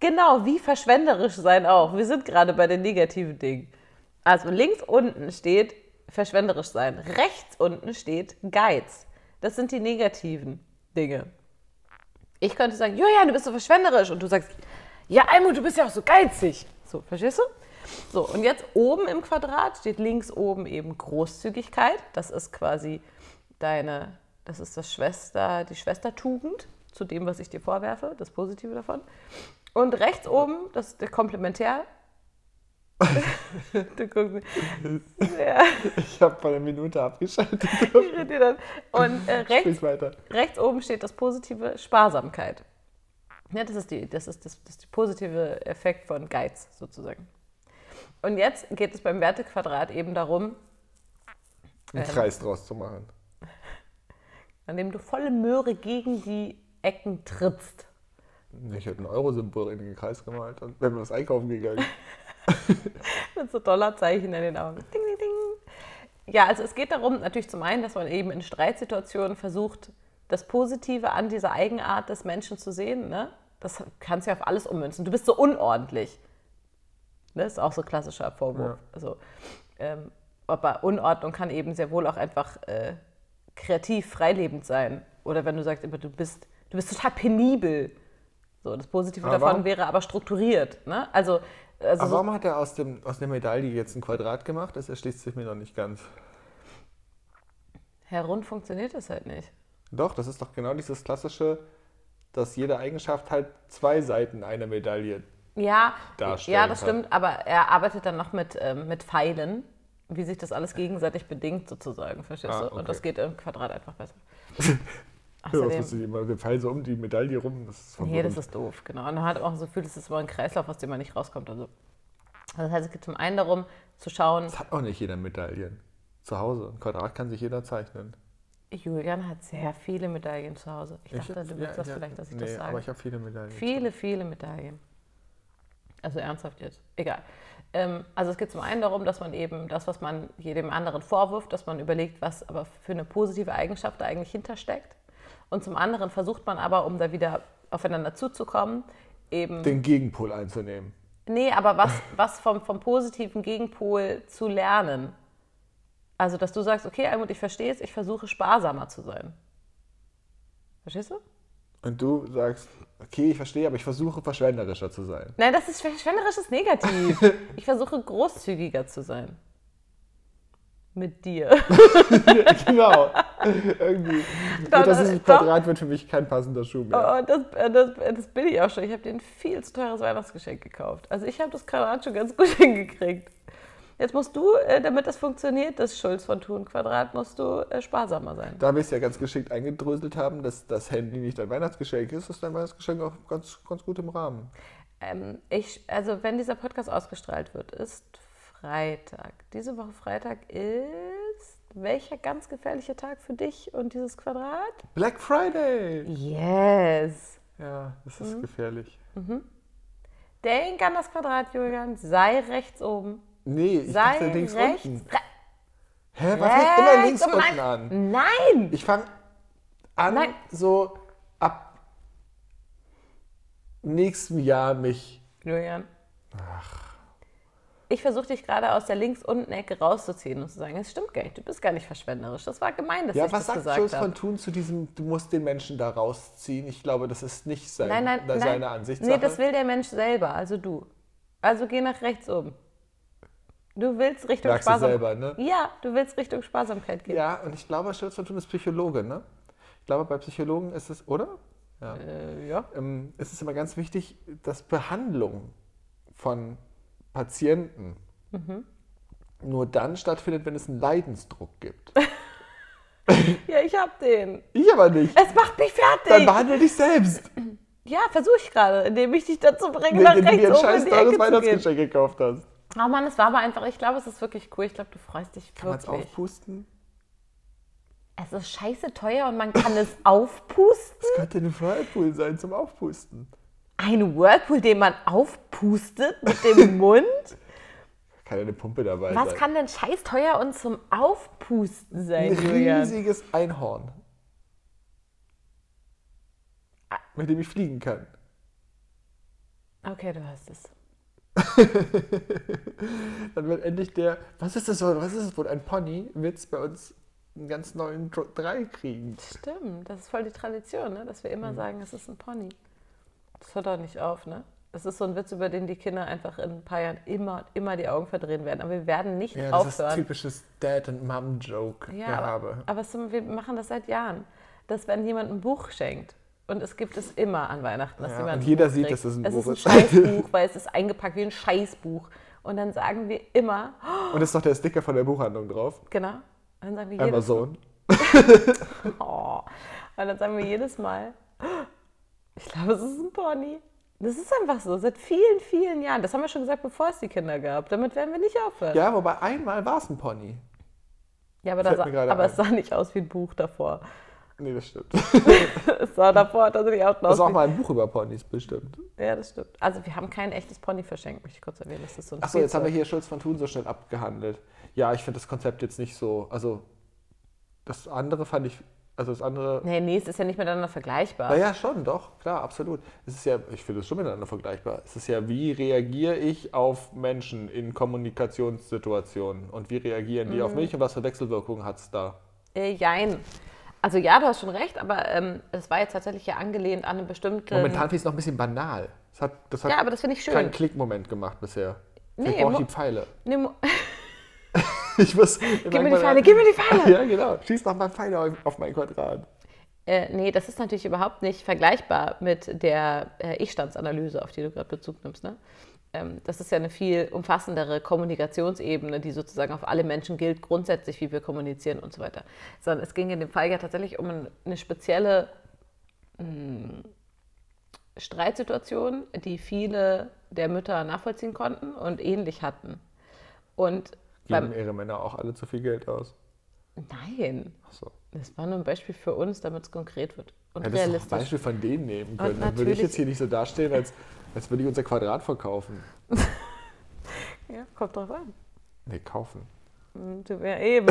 Speaker 5: genau, wie verschwenderisch sein auch. Wir sind gerade bei den negativen Dingen. Also links unten steht verschwenderisch sein, rechts unten steht Geiz. Das sind die negativen Dinge. Ich könnte sagen, Julian, du bist so verschwenderisch. Und du sagst, ja, Almut, du bist ja auch so geizig. So, verstehst du? So, und jetzt oben im Quadrat steht links oben eben Großzügigkeit. Das ist quasi deine, das ist das Schwester, die Schwestertugend zu dem, was ich dir vorwerfe, das Positive davon. Und rechts oben, das ist der Komplementär. du guckst mich. Ja,
Speaker 4: Ich habe bei der Minute abgeschaltet.
Speaker 5: ich rede dir dann. Und äh, rechts
Speaker 4: Sprich weiter.
Speaker 5: rechts oben steht das positive Sparsamkeit. Ja, das ist, die, das ist, das, das ist der positive Effekt von Geiz sozusagen. Und jetzt geht es beim Wertequadrat eben darum,
Speaker 4: Einen
Speaker 5: Ähm.
Speaker 4: Kreis draus zu machen.
Speaker 5: an dem du volle Möhre gegen die Ecken trittst.
Speaker 4: Ich hätte ein Euro-Symbol in den Kreis gemalt und wären wir was einkaufen gegangen.
Speaker 5: Mit so Dollarzeichen in den Augen. Ding, ding, ding. Ja, also es geht darum, natürlich zum einen, dass man eben in Streitsituationen versucht, das Positive an dieser Eigenart des Menschen zu sehen. Ne? Das kannst du ja auf alles ummünzen. Du bist so unordentlich. Ne? Ist auch so klassischer Vorwurf.
Speaker 4: Ja.
Speaker 5: Also, ähm, aber Unordnung kann eben sehr wohl auch einfach äh, kreativ, freilebend sein. Oder wenn du sagst, immer, du bist, du bist total penibel. So, das Positive
Speaker 4: Aber
Speaker 5: davon
Speaker 4: warum-
Speaker 5: wäre aber strukturiert. Ne? Also, also
Speaker 4: Aber
Speaker 5: so
Speaker 4: warum hat er aus, dem, aus der Medaille jetzt ein Quadrat gemacht? Das erschließt sich mir noch nicht ganz.
Speaker 5: Herund funktioniert das halt nicht.
Speaker 4: Doch, das ist doch genau dieses klassische, dass jede Eigenschaft halt zwei Seiten einer Medaille.
Speaker 5: Ja,
Speaker 4: Darstellen
Speaker 5: ja, das
Speaker 4: kann.
Speaker 5: stimmt, aber er arbeitet dann noch mit, ähm, mit Pfeilen, wie sich das alles gegenseitig bedingt sozusagen, verstehst
Speaker 4: Ah,
Speaker 5: du?
Speaker 4: okay.
Speaker 5: Und das geht im Quadrat einfach besser.
Speaker 4: Ja, was
Speaker 5: Außerdem,
Speaker 4: willst du immer den Pfeil so um die Medaille rum? Das ist
Speaker 5: nee, das
Speaker 4: verwirrend.
Speaker 5: ist doof, genau. Und man hat auch so viel, das ist immer ein Kreislauf, aus dem man nicht rauskommt. Also. Also das heißt, es geht zum einen darum, zu schauen,
Speaker 4: Das hat auch nicht jeder Medaillen. Zu Hause. Ein Quadrat kann sich jeder zeichnen.
Speaker 5: Julian hat sehr viele Medaillen zu Hause. Ich dachte, du willst das vielleicht, dass ich
Speaker 4: nee,
Speaker 5: das sage.
Speaker 4: aber ich habe viele Medaillen.
Speaker 5: Viele, viele Medaillen. Also ernsthaft jetzt. Egal. Ähm, also es geht zum einen darum, dass man eben das, was man jedem anderen vorwirft, dass man überlegt, was aber für eine positive Eigenschaft da eigentlich hintersteckt. Und zum anderen versucht man aber, um da wieder aufeinander zuzukommen, eben.
Speaker 4: Den Gegenpol einzunehmen.
Speaker 5: Nee, aber was, was vom, vom positiven Gegenpol zu lernen. Also, dass du sagst, okay, Almut, ich verstehe es, ich versuche sparsamer zu sein. Verstehst du?
Speaker 4: Und du sagst, okay, ich verstehe, aber ich versuche verschwenderischer zu sein.
Speaker 5: Nein, das ist verschwenderisches Negativ. Ich versuche großzügiger zu sein. Mit dir.
Speaker 4: genau. Irgendwie.
Speaker 5: Doch,
Speaker 4: Und das ist ein
Speaker 5: doch.
Speaker 4: Quadrat wird für mich kein passender Schuh mehr.
Speaker 5: Und das, äh, das, äh, das bin ich auch schon. Ich habe dir ein viel zu teures Weihnachtsgeschenk gekauft. Also ich habe das Quadrat schon ganz gut hingekriegt. Jetzt musst du, äh, damit das funktioniert, das Schulz von Thun Quadrat, musst du äh, sparsamer sein.
Speaker 4: Da wir es ja ganz geschickt eingedröselt haben, dass das Handy nicht dein Weihnachtsgeschenk ist, ist dein Weihnachtsgeschenk auch ganz, ganz gut im Rahmen.
Speaker 5: Ähm, ich, also wenn dieser Podcast ausgestrahlt wird, ist Freitag. Diese Woche Freitag ist welcher ganz gefährliche Tag für dich und dieses Quadrat?
Speaker 4: Black Friday!
Speaker 5: Yes.
Speaker 4: Ja, das
Speaker 5: Hm?
Speaker 4: ist gefährlich.
Speaker 5: Denk an das Quadrat, Julian. Sei rechts oben.
Speaker 4: Nee, ich
Speaker 5: Sei
Speaker 4: dachte links
Speaker 5: rechts.
Speaker 4: unten. Hä, was fängt immer links
Speaker 5: oben
Speaker 4: unten an?
Speaker 5: Nein!
Speaker 4: Ich fange an,
Speaker 5: Nein.
Speaker 4: so ab nächstem Jahr mich.
Speaker 5: Julian. Ich versuche dich gerade aus der links unten Ecke rauszuziehen und zu sagen, es stimmt gar nicht, du bist gar nicht verschwenderisch. Das war gemein, dass
Speaker 4: Ja,
Speaker 5: ich
Speaker 4: was
Speaker 5: das
Speaker 4: sagt
Speaker 5: gesagt
Speaker 4: Schulz
Speaker 5: habe.
Speaker 4: von Thun zu diesem, du musst den Menschen da rausziehen? Ich glaube, das ist nicht sein,
Speaker 5: Nein, nein, nein.
Speaker 4: seine Ansicht.
Speaker 5: Nee, das will der Mensch selber, also du. Also geh nach rechts oben. Du willst Richtung
Speaker 4: Merkst du
Speaker 5: Sparsamkeit.
Speaker 4: selber, ne?
Speaker 5: Ja, du willst Richtung Sparsamkeit gehen.
Speaker 4: Ja, und ich glaube, Schulz von Thun ist Psychologe, ne? Ich glaube, bei Psychologen ist es, oder? Ja.
Speaker 5: Äh, ja.
Speaker 4: ähm, es ist immer ganz wichtig, dass Behandlung von Patienten
Speaker 5: Mhm.
Speaker 4: nur dann stattfindet, wenn es einen Leidensdruck gibt.
Speaker 5: ja, ich hab den.
Speaker 4: Ich aber nicht.
Speaker 5: Es macht mich
Speaker 4: Dann
Speaker 5: fertig.
Speaker 4: behandle dich selbst,
Speaker 5: Ja, versuche ich gerade, indem ich dich dazu bringe, nach
Speaker 4: wenn du dir ein
Speaker 5: rechts oben in
Speaker 4: scheiß
Speaker 5: die
Speaker 4: teures
Speaker 5: Ecke zu gehen.
Speaker 4: Weihnachtsgeschenk gekauft hast.
Speaker 5: Oh Mann, es war aber einfach, ich glaube, es ist wirklich cool. Ich glaube, du freust dich
Speaker 4: Kann man es
Speaker 5: wirklich.
Speaker 4: aufpusten?
Speaker 5: Es ist scheiße teuer und man kann es aufpusten.
Speaker 4: Das könnte ein Whirlpool sein zum Aufpusten.
Speaker 5: Ein Whirlpool, den man aufpustet mit dem Mund?
Speaker 4: Kann ja eine Pumpe dabei
Speaker 5: Was
Speaker 4: sein.
Speaker 5: kann denn scheiß teuer und zum Aufpusten sein,
Speaker 4: ein
Speaker 5: Julian?
Speaker 4: riesiges Einhorn. Mit dem ich fliegen kann.
Speaker 5: Okay, du hast es.
Speaker 4: Dann wird endlich der, was ist das wohl, was ist das wohl, ein Pony, wird's bei uns einen ganz neuen Dr- Drei kriegen.
Speaker 5: Stimmt, das ist voll die Tradition, ne? dass wir
Speaker 4: Mhm.
Speaker 5: immer sagen, es ist ein Pony. Das hört doch nicht auf, ne? Das ist so ein Witz, über den die Kinder einfach in ein paar Jahren immer und immer die Augen verdrehen werden. Aber wir werden nicht
Speaker 4: Ja, das ist
Speaker 5: aufhören.
Speaker 4: typisches Dad- und Mom-Joke
Speaker 5: ja, aber,
Speaker 4: gehabe.
Speaker 5: aber es, sind- wir machen das seit Jahren. Dass wenn jemand ein Buch schenkt, und es gibt es immer an Weihnachten, dass
Speaker 4: Ja,
Speaker 5: jemand
Speaker 4: und
Speaker 5: ein
Speaker 4: jeder
Speaker 5: Buch
Speaker 4: sieht,
Speaker 5: kriegt.
Speaker 4: dass es ein
Speaker 5: es
Speaker 4: Buch ist.
Speaker 5: ist. ein Scheißbuch, weil es ist eingepackt wie ein Scheißbuch. Und dann sagen wir immer, oh,
Speaker 4: Und das ist doch der Sticker von der Buchhandlung drauf.
Speaker 5: genau, und dann sagen wir jedes
Speaker 4: Amazon.
Speaker 5: Oh. Und dann sagen wir jedes Mal, ich glaube, es ist ein Pony. Das ist einfach so, seit vielen, vielen Jahren. Das haben wir schon gesagt, bevor es die Kinder gab. Damit werden wir nicht aufhören.
Speaker 4: Ja, wobei einmal war es ein Pony.
Speaker 5: Ja, aber, da
Speaker 4: fällt
Speaker 5: sah,
Speaker 4: mir gerade
Speaker 5: aber
Speaker 4: ein.
Speaker 5: es sah nicht aus wie ein Buch davor.
Speaker 4: Nee, das stimmt.
Speaker 5: Es sah davor tatsächlich auch
Speaker 4: Das
Speaker 5: aus
Speaker 4: ist auch
Speaker 5: wie...
Speaker 4: mal ein Buch über Ponys, bestimmt.
Speaker 5: Ja, das stimmt. Also wir haben kein echtes Pony verschenkt, möchte ich kurz erwähnen. Das ist so ein
Speaker 4: Achso, jetzt haben wir
Speaker 5: Spielzeug.
Speaker 4: hier Schulz von Thun so schnell abgehandelt. Ja, ich finde das Konzept jetzt nicht so. Also, das andere fand ich. Also, das andere.
Speaker 5: Nee, nee, es ist ja nicht miteinander vergleichbar.
Speaker 4: Naja, schon, doch, klar, absolut. Es ist ja, ich finde es schon miteinander vergleichbar. Es ist ja, wie reagiere ich auf Menschen in Kommunikationssituationen und wie reagieren die
Speaker 5: Mhm.
Speaker 4: auf mich und was für Wechselwirkungen hat es da?
Speaker 5: Äh, jein. Also ja, du hast schon recht, aber ähm, es war jetzt tatsächlich ja angelehnt an eine bestimmte...
Speaker 4: Momentan finde ich es noch ein bisschen banal. Das hat, das hat
Speaker 5: Mhm. Ja, aber das finde ich schön.
Speaker 4: keinen Klickmoment gemacht bisher. Vielleicht
Speaker 5: Nee,
Speaker 4: brauche ich
Speaker 5: mo-
Speaker 4: die Pfeile.
Speaker 5: Nee, mo-
Speaker 4: Ich muss
Speaker 5: gib mir die Pfeile, gib mir die Pfeile!
Speaker 4: Ja, genau. Schieß doch mal Pfeile auf, auf mein Quadrat.
Speaker 5: Äh, nee, das ist natürlich überhaupt nicht vergleichbar mit der äh, Ich-Standsanalyse, auf die du gerade Bezug nimmst. Ne? Ähm, das ist ja eine viel umfassendere Kommunikationsebene, die sozusagen auf alle Menschen gilt, grundsätzlich, wie wir kommunizieren und so weiter. Sondern es ging in dem Fall ja tatsächlich um ein, eine spezielle mh, Streitsituation, die viele der Mütter nachvollziehen konnten und ähnlich hatten. Und
Speaker 4: Geben
Speaker 5: beim,
Speaker 4: ihre Männer auch alle zu viel Geld aus.
Speaker 5: nein,
Speaker 4: Achso.
Speaker 5: das war nur ein Beispiel für uns, damit es konkret wird
Speaker 4: Hättest du auch
Speaker 5: und
Speaker 4: ein
Speaker 5: realistisch.
Speaker 4: Beispiel von denen nehmen können. Dann würde ich
Speaker 5: natürlich-
Speaker 4: jetzt hier nicht so dastehen, als, als würde ich unser Quadrat verkaufen.
Speaker 5: Ja, kommt drauf an. eh
Speaker 4: Nee, kaufen.
Speaker 5: Ja, eben.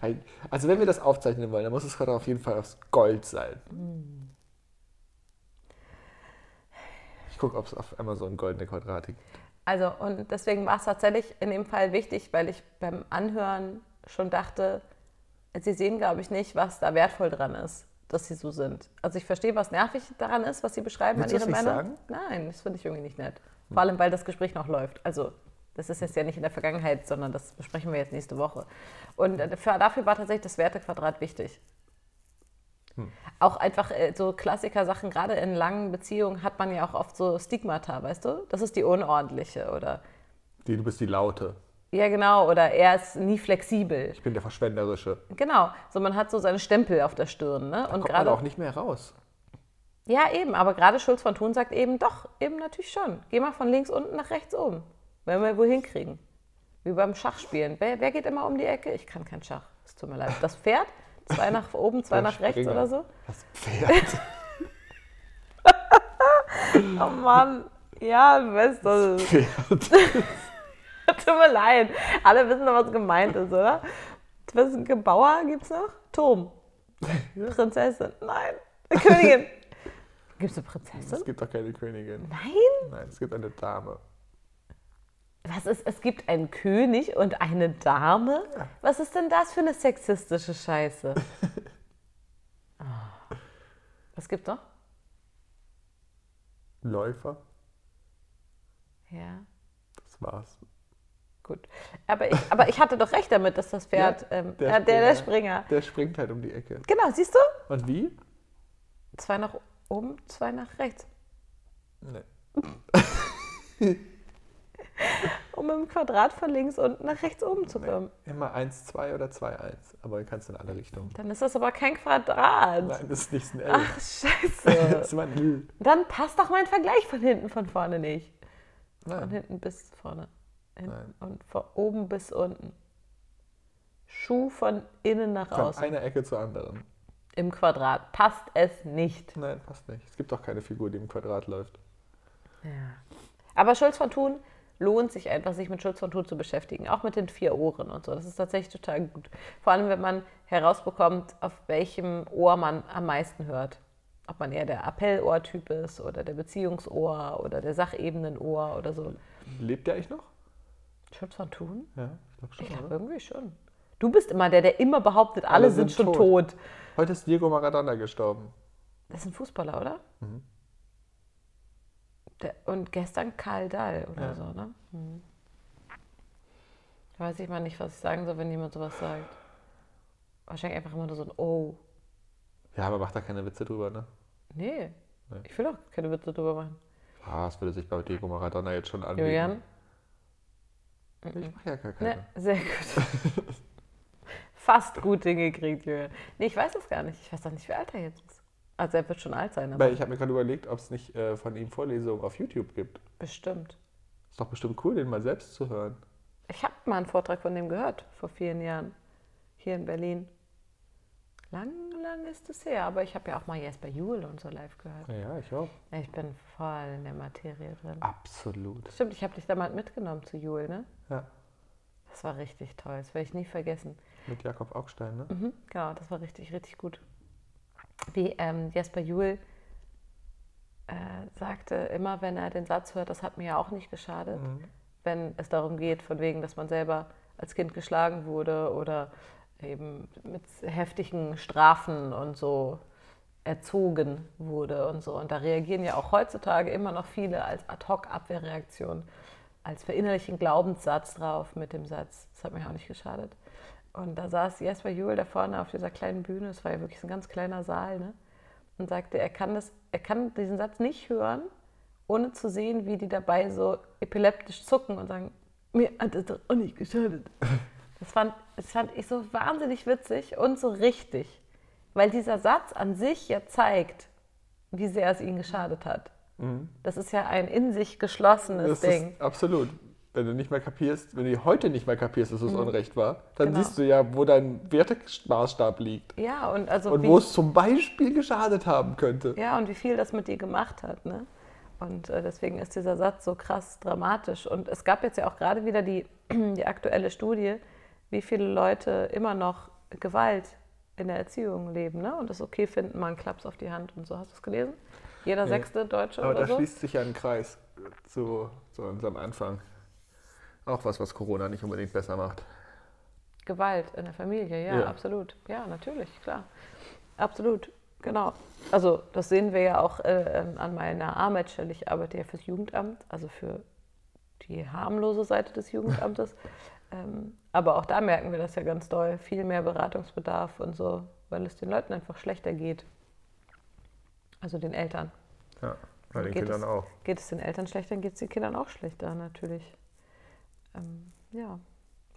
Speaker 4: Ein- Also wenn wir das aufzeichnen wollen, dann muss das Quadrat auf jeden Fall aus Gold sein.
Speaker 5: Hm.
Speaker 4: Ich gucke, ob es auf Amazon goldene Quadrate gibt.
Speaker 5: Also, und deswegen war es tatsächlich in dem Fall wichtig, weil ich beim Anhören schon dachte, sie sehen, glaube ich, nicht, was da wertvoll dran ist, dass sie so sind. Also, ich verstehe, was nervig daran ist, was sie beschreiben
Speaker 4: Willst
Speaker 5: an
Speaker 4: du
Speaker 5: ihren
Speaker 4: das nicht
Speaker 5: Männern.
Speaker 4: sagen? Hm.
Speaker 5: Nein, das finde ich irgendwie nicht nett. Vor allem, weil das Gespräch noch läuft. Also, das ist jetzt ja nicht in der Vergangenheit, sondern das besprechen wir jetzt nächste Woche. Und äh, für, dafür war tatsächlich das Wertequadrat wichtig. auch einfach äh, so Klassiker-Sachen, gerade in langen Beziehungen hat man ja auch oft so Stigmata, weißt du? Das ist die Unordentliche oder
Speaker 4: Die, du bist die Laute.
Speaker 5: ja genau, oder er ist nie flexibel.
Speaker 4: Ich bin der Verschwenderische.
Speaker 5: Genau, so man hat so seine Stempel auf der Stirn, ne? Und
Speaker 4: Kommt man
Speaker 5: gerade
Speaker 4: auch nicht mehr raus.
Speaker 5: Ja, eben, aber gerade Schulz von Thun sagt eben doch, eben natürlich schon. Geh mal von links unten nach rechts oben, wenn wir wohl hinkriegen. Wie beim Schachspielen. Wer, wer geht immer um die Ecke? Ich kann kein Schach. Es tut mir leid. Das Pferd, zwei nach oben, zwei nach rechts
Speaker 4: Springer.
Speaker 5: oder so.
Speaker 4: Das Pferd.
Speaker 5: Oh Mann. Ja, du weißt das.
Speaker 4: Pferd.
Speaker 5: Tut mir leid. Alle wissen doch, was gemeint ist, oder? Was, Gebauer gibt's noch? Turm. Prinzessin. Nein. Königin. Gibt's eine Prinzessin?
Speaker 4: Es gibt doch keine Königin.
Speaker 5: Nein.
Speaker 4: Nein, es gibt eine Dame.
Speaker 5: Was ist, es gibt einen König und eine Dame? Was ist denn das für eine sexistische Scheiße? Ah. Was gibt's noch?
Speaker 4: Läufer.
Speaker 5: Ja.
Speaker 4: Das war's.
Speaker 5: Gut. Aber ich, aber ich hatte doch recht damit, dass das Pferd, ähm, der, äh, der, der Springer.
Speaker 4: Der springt halt um die Ecke.
Speaker 5: Genau, siehst du?
Speaker 4: Und wie?
Speaker 5: Zwei nach oben, zwei nach rechts.
Speaker 4: Nee.
Speaker 5: Um im Quadrat von links unten nach rechts oben zu kommen.
Speaker 4: Immer 1-2 oder 2-1. Aber du kannst in alle Richtungen.
Speaker 5: Dann ist das aber kein Quadrat.
Speaker 4: Nein, das ist nicht ein L.
Speaker 5: Ach,
Speaker 4: Das
Speaker 5: scheiße.
Speaker 4: ist immer ein Ü.
Speaker 5: Dann passt doch mein Vergleich von hinten von vorne nicht. Von
Speaker 4: Nein.
Speaker 5: hinten bis vorne. Hinten
Speaker 4: Nein.
Speaker 5: Und von oben bis unten. Schuh von innen nach
Speaker 4: Von
Speaker 5: außen.
Speaker 4: einer Ecke zur anderen.
Speaker 5: Im Quadrat. Passt es nicht.
Speaker 4: Nein, passt nicht. Es gibt doch keine Figur, die im Quadrat läuft.
Speaker 5: Aber Schulz von Thun lohnt sich einfach, sich mit Schulz von Thun zu beschäftigen. Auch mit den vier Ohren und so. Das ist tatsächlich total gut. Vor allem, wenn man herausbekommt, auf welchem Ohr man am meisten hört. Ob man eher der Appellohr-Typ ist oder der Beziehungsohr oder der Sachebenenohr oder so.
Speaker 4: Lebt der eigentlich noch?
Speaker 5: Schulz von Thun?
Speaker 4: Ja, ich glaube schon.
Speaker 5: Ich glaube
Speaker 4: oder?
Speaker 5: irgendwie schon. Du bist immer der, der immer behauptet, alle,
Speaker 4: Alle
Speaker 5: sind,
Speaker 4: sind
Speaker 5: schon tot.
Speaker 4: tot. Heute ist Diego Maradona gestorben.
Speaker 5: Das ist ein Fußballer, oder? Der, und gestern Karl Dahl oder so, ne? Mhm. Da weiß ich mal nicht, was ich sagen soll, wenn jemand sowas sagt. Wahrscheinlich einfach immer nur so ein Oh.
Speaker 4: Ja, aber macht da keine Witze drüber, ne?
Speaker 5: Nee. Ich will auch keine Witze drüber machen.
Speaker 4: Ah, das würde sich bei Diego Maradona jetzt schon anbieten.
Speaker 5: Julian?
Speaker 4: Ich mache ja gar keine.
Speaker 5: Ne, sehr gut. Fast gut hingekriegt, Julian. Nee, ich weiß es gar nicht. Ich weiß doch nicht, wie alt er jetzt ist. Also er wird schon alt sein, aber
Speaker 4: Weil ich habe mir gerade überlegt, ob es nicht äh, von ihm Vorlesungen auf YouTube gibt.
Speaker 5: bestimmt.
Speaker 4: Ist doch bestimmt cool, den mal selbst zu hören.
Speaker 5: Ich habe mal einen Vortrag von dem gehört, vor vielen Jahren, hier in Berlin. Lang, lang ist es her, aber ich habe ja auch mal Jesper Juhl und so live gehört.
Speaker 4: Ja, ich auch.
Speaker 5: Ich bin voll in der Materie
Speaker 4: Ah.
Speaker 5: drin.
Speaker 4: Absolut.
Speaker 5: Stimmt, ich habe dich damals mitgenommen zu Juhl, ne?
Speaker 4: Ja,
Speaker 5: Das war richtig toll, das werde ich nie vergessen.
Speaker 4: mit Jakob Augstein, ne?
Speaker 5: Mhm, genau, das war richtig, richtig gut. Wie ähm, Jesper Juhl äh, sagte, immer wenn er den Satz hört, das hat mir ja auch nicht geschadet, wenn es darum geht, von wegen, dass man selber als Kind geschlagen wurde oder eben mit heftigen Strafen und so erzogen wurde und so. Und da reagieren ja auch heutzutage immer noch viele als Ad-Hoc-Abwehrreaktion, als verinnerlichen Glaubenssatz drauf mit dem Satz, das hat mir auch nicht geschadet. Und da saß Jesper Juhl da vorne auf dieser kleinen Bühne, es war ja wirklich so ein ganz kleiner Saal, ne? und sagte, er kann, das, er kann diesen Satz nicht hören, ohne zu sehen, wie die dabei so epileptisch zucken und sagen, mir hat das doch auch nicht geschadet. Das fand, das fand ich so wahnsinnig witzig und so richtig, weil dieser Satz an sich ja zeigt, wie sehr es ihnen geschadet hat. Das ist ja ein in sich geschlossenes
Speaker 4: Mhm. Das
Speaker 5: Ding.
Speaker 4: ist absolut. Wenn du nicht mehr kapierst, wenn du heute nicht mehr kapierst, dass es Unrecht war, dann
Speaker 5: Mhm. Genau.
Speaker 4: siehst du ja, wo dein Wertemaßstab liegt
Speaker 5: Ja, und also
Speaker 4: und
Speaker 5: wie-
Speaker 4: wo es zum Beispiel geschadet haben könnte.
Speaker 5: Ja, und wie viel das mit dir gemacht hat. Ne? Und äh, deswegen ist dieser Satz so krass dramatisch. Und es gab jetzt ja auch gerade wieder die, die aktuelle Studie, wie viele Leute immer noch Gewalt in der Erziehung leben ne? und es okay finden, mal einen Klaps auf die Hand und so. Hast du es gelesen? Jeder sechste Deutsche
Speaker 4: Aber
Speaker 5: oder
Speaker 4: da
Speaker 5: so?
Speaker 4: schließt sich ja ein Kreis zu, zu unserem Anfang. Auch was, was Corona nicht unbedingt besser macht.
Speaker 5: Gewalt in der Familie, ja,
Speaker 4: Ja.
Speaker 5: absolut. Ja, natürlich, klar. Absolut, genau. Also das sehen wir ja auch äh, ähm, an meiner Arbeitsstelle. Ich arbeite ja fürs Jugendamt, also für die harmlose Seite des Jugendamtes. ähm, aber auch da merken wir das ja ganz doll. Viel mehr Beratungsbedarf und so, weil es den Leuten einfach schlechter geht. Also den Eltern.
Speaker 4: Ja, bei den
Speaker 5: Geht
Speaker 4: Kindern
Speaker 5: es,
Speaker 4: auch.
Speaker 5: Geht es den Eltern schlechter, geht es den Kindern auch schlechter, natürlich. Ähm, ja. Und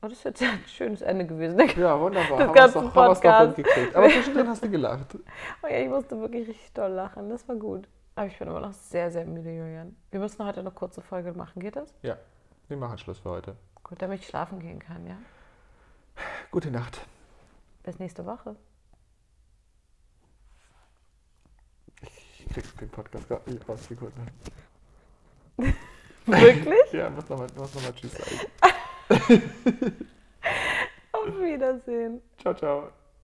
Speaker 5: das ist jetzt ein schönes Ende gewesen.
Speaker 4: Ja, wunderbar. Haben
Speaker 5: Des
Speaker 4: wir es
Speaker 5: ganzen
Speaker 4: noch, haben wir es noch
Speaker 5: Podcasts.
Speaker 4: hingekriegt. Aber zwischendrin hast du gelacht.
Speaker 5: Oh ja, ich musste wirklich richtig doll lachen. Das war gut. Aber ich bin immer noch sehr, sehr müde, Julian. Wir müssen heute eine kurze Folge machen. Geht das?
Speaker 4: Ja, wir machen Schluss für heute.
Speaker 5: Gut, damit ich schlafen gehen kann, ja.
Speaker 4: Gute Nacht.
Speaker 5: Bis nächste Woche.
Speaker 4: Ich krieg den Podcast gerade nicht rausgeguckt.
Speaker 5: Wirklich?
Speaker 4: Ja, muss nochmal muss noch mal Tschüss sagen.
Speaker 5: Auf Wiedersehen.
Speaker 4: Ciao, ciao.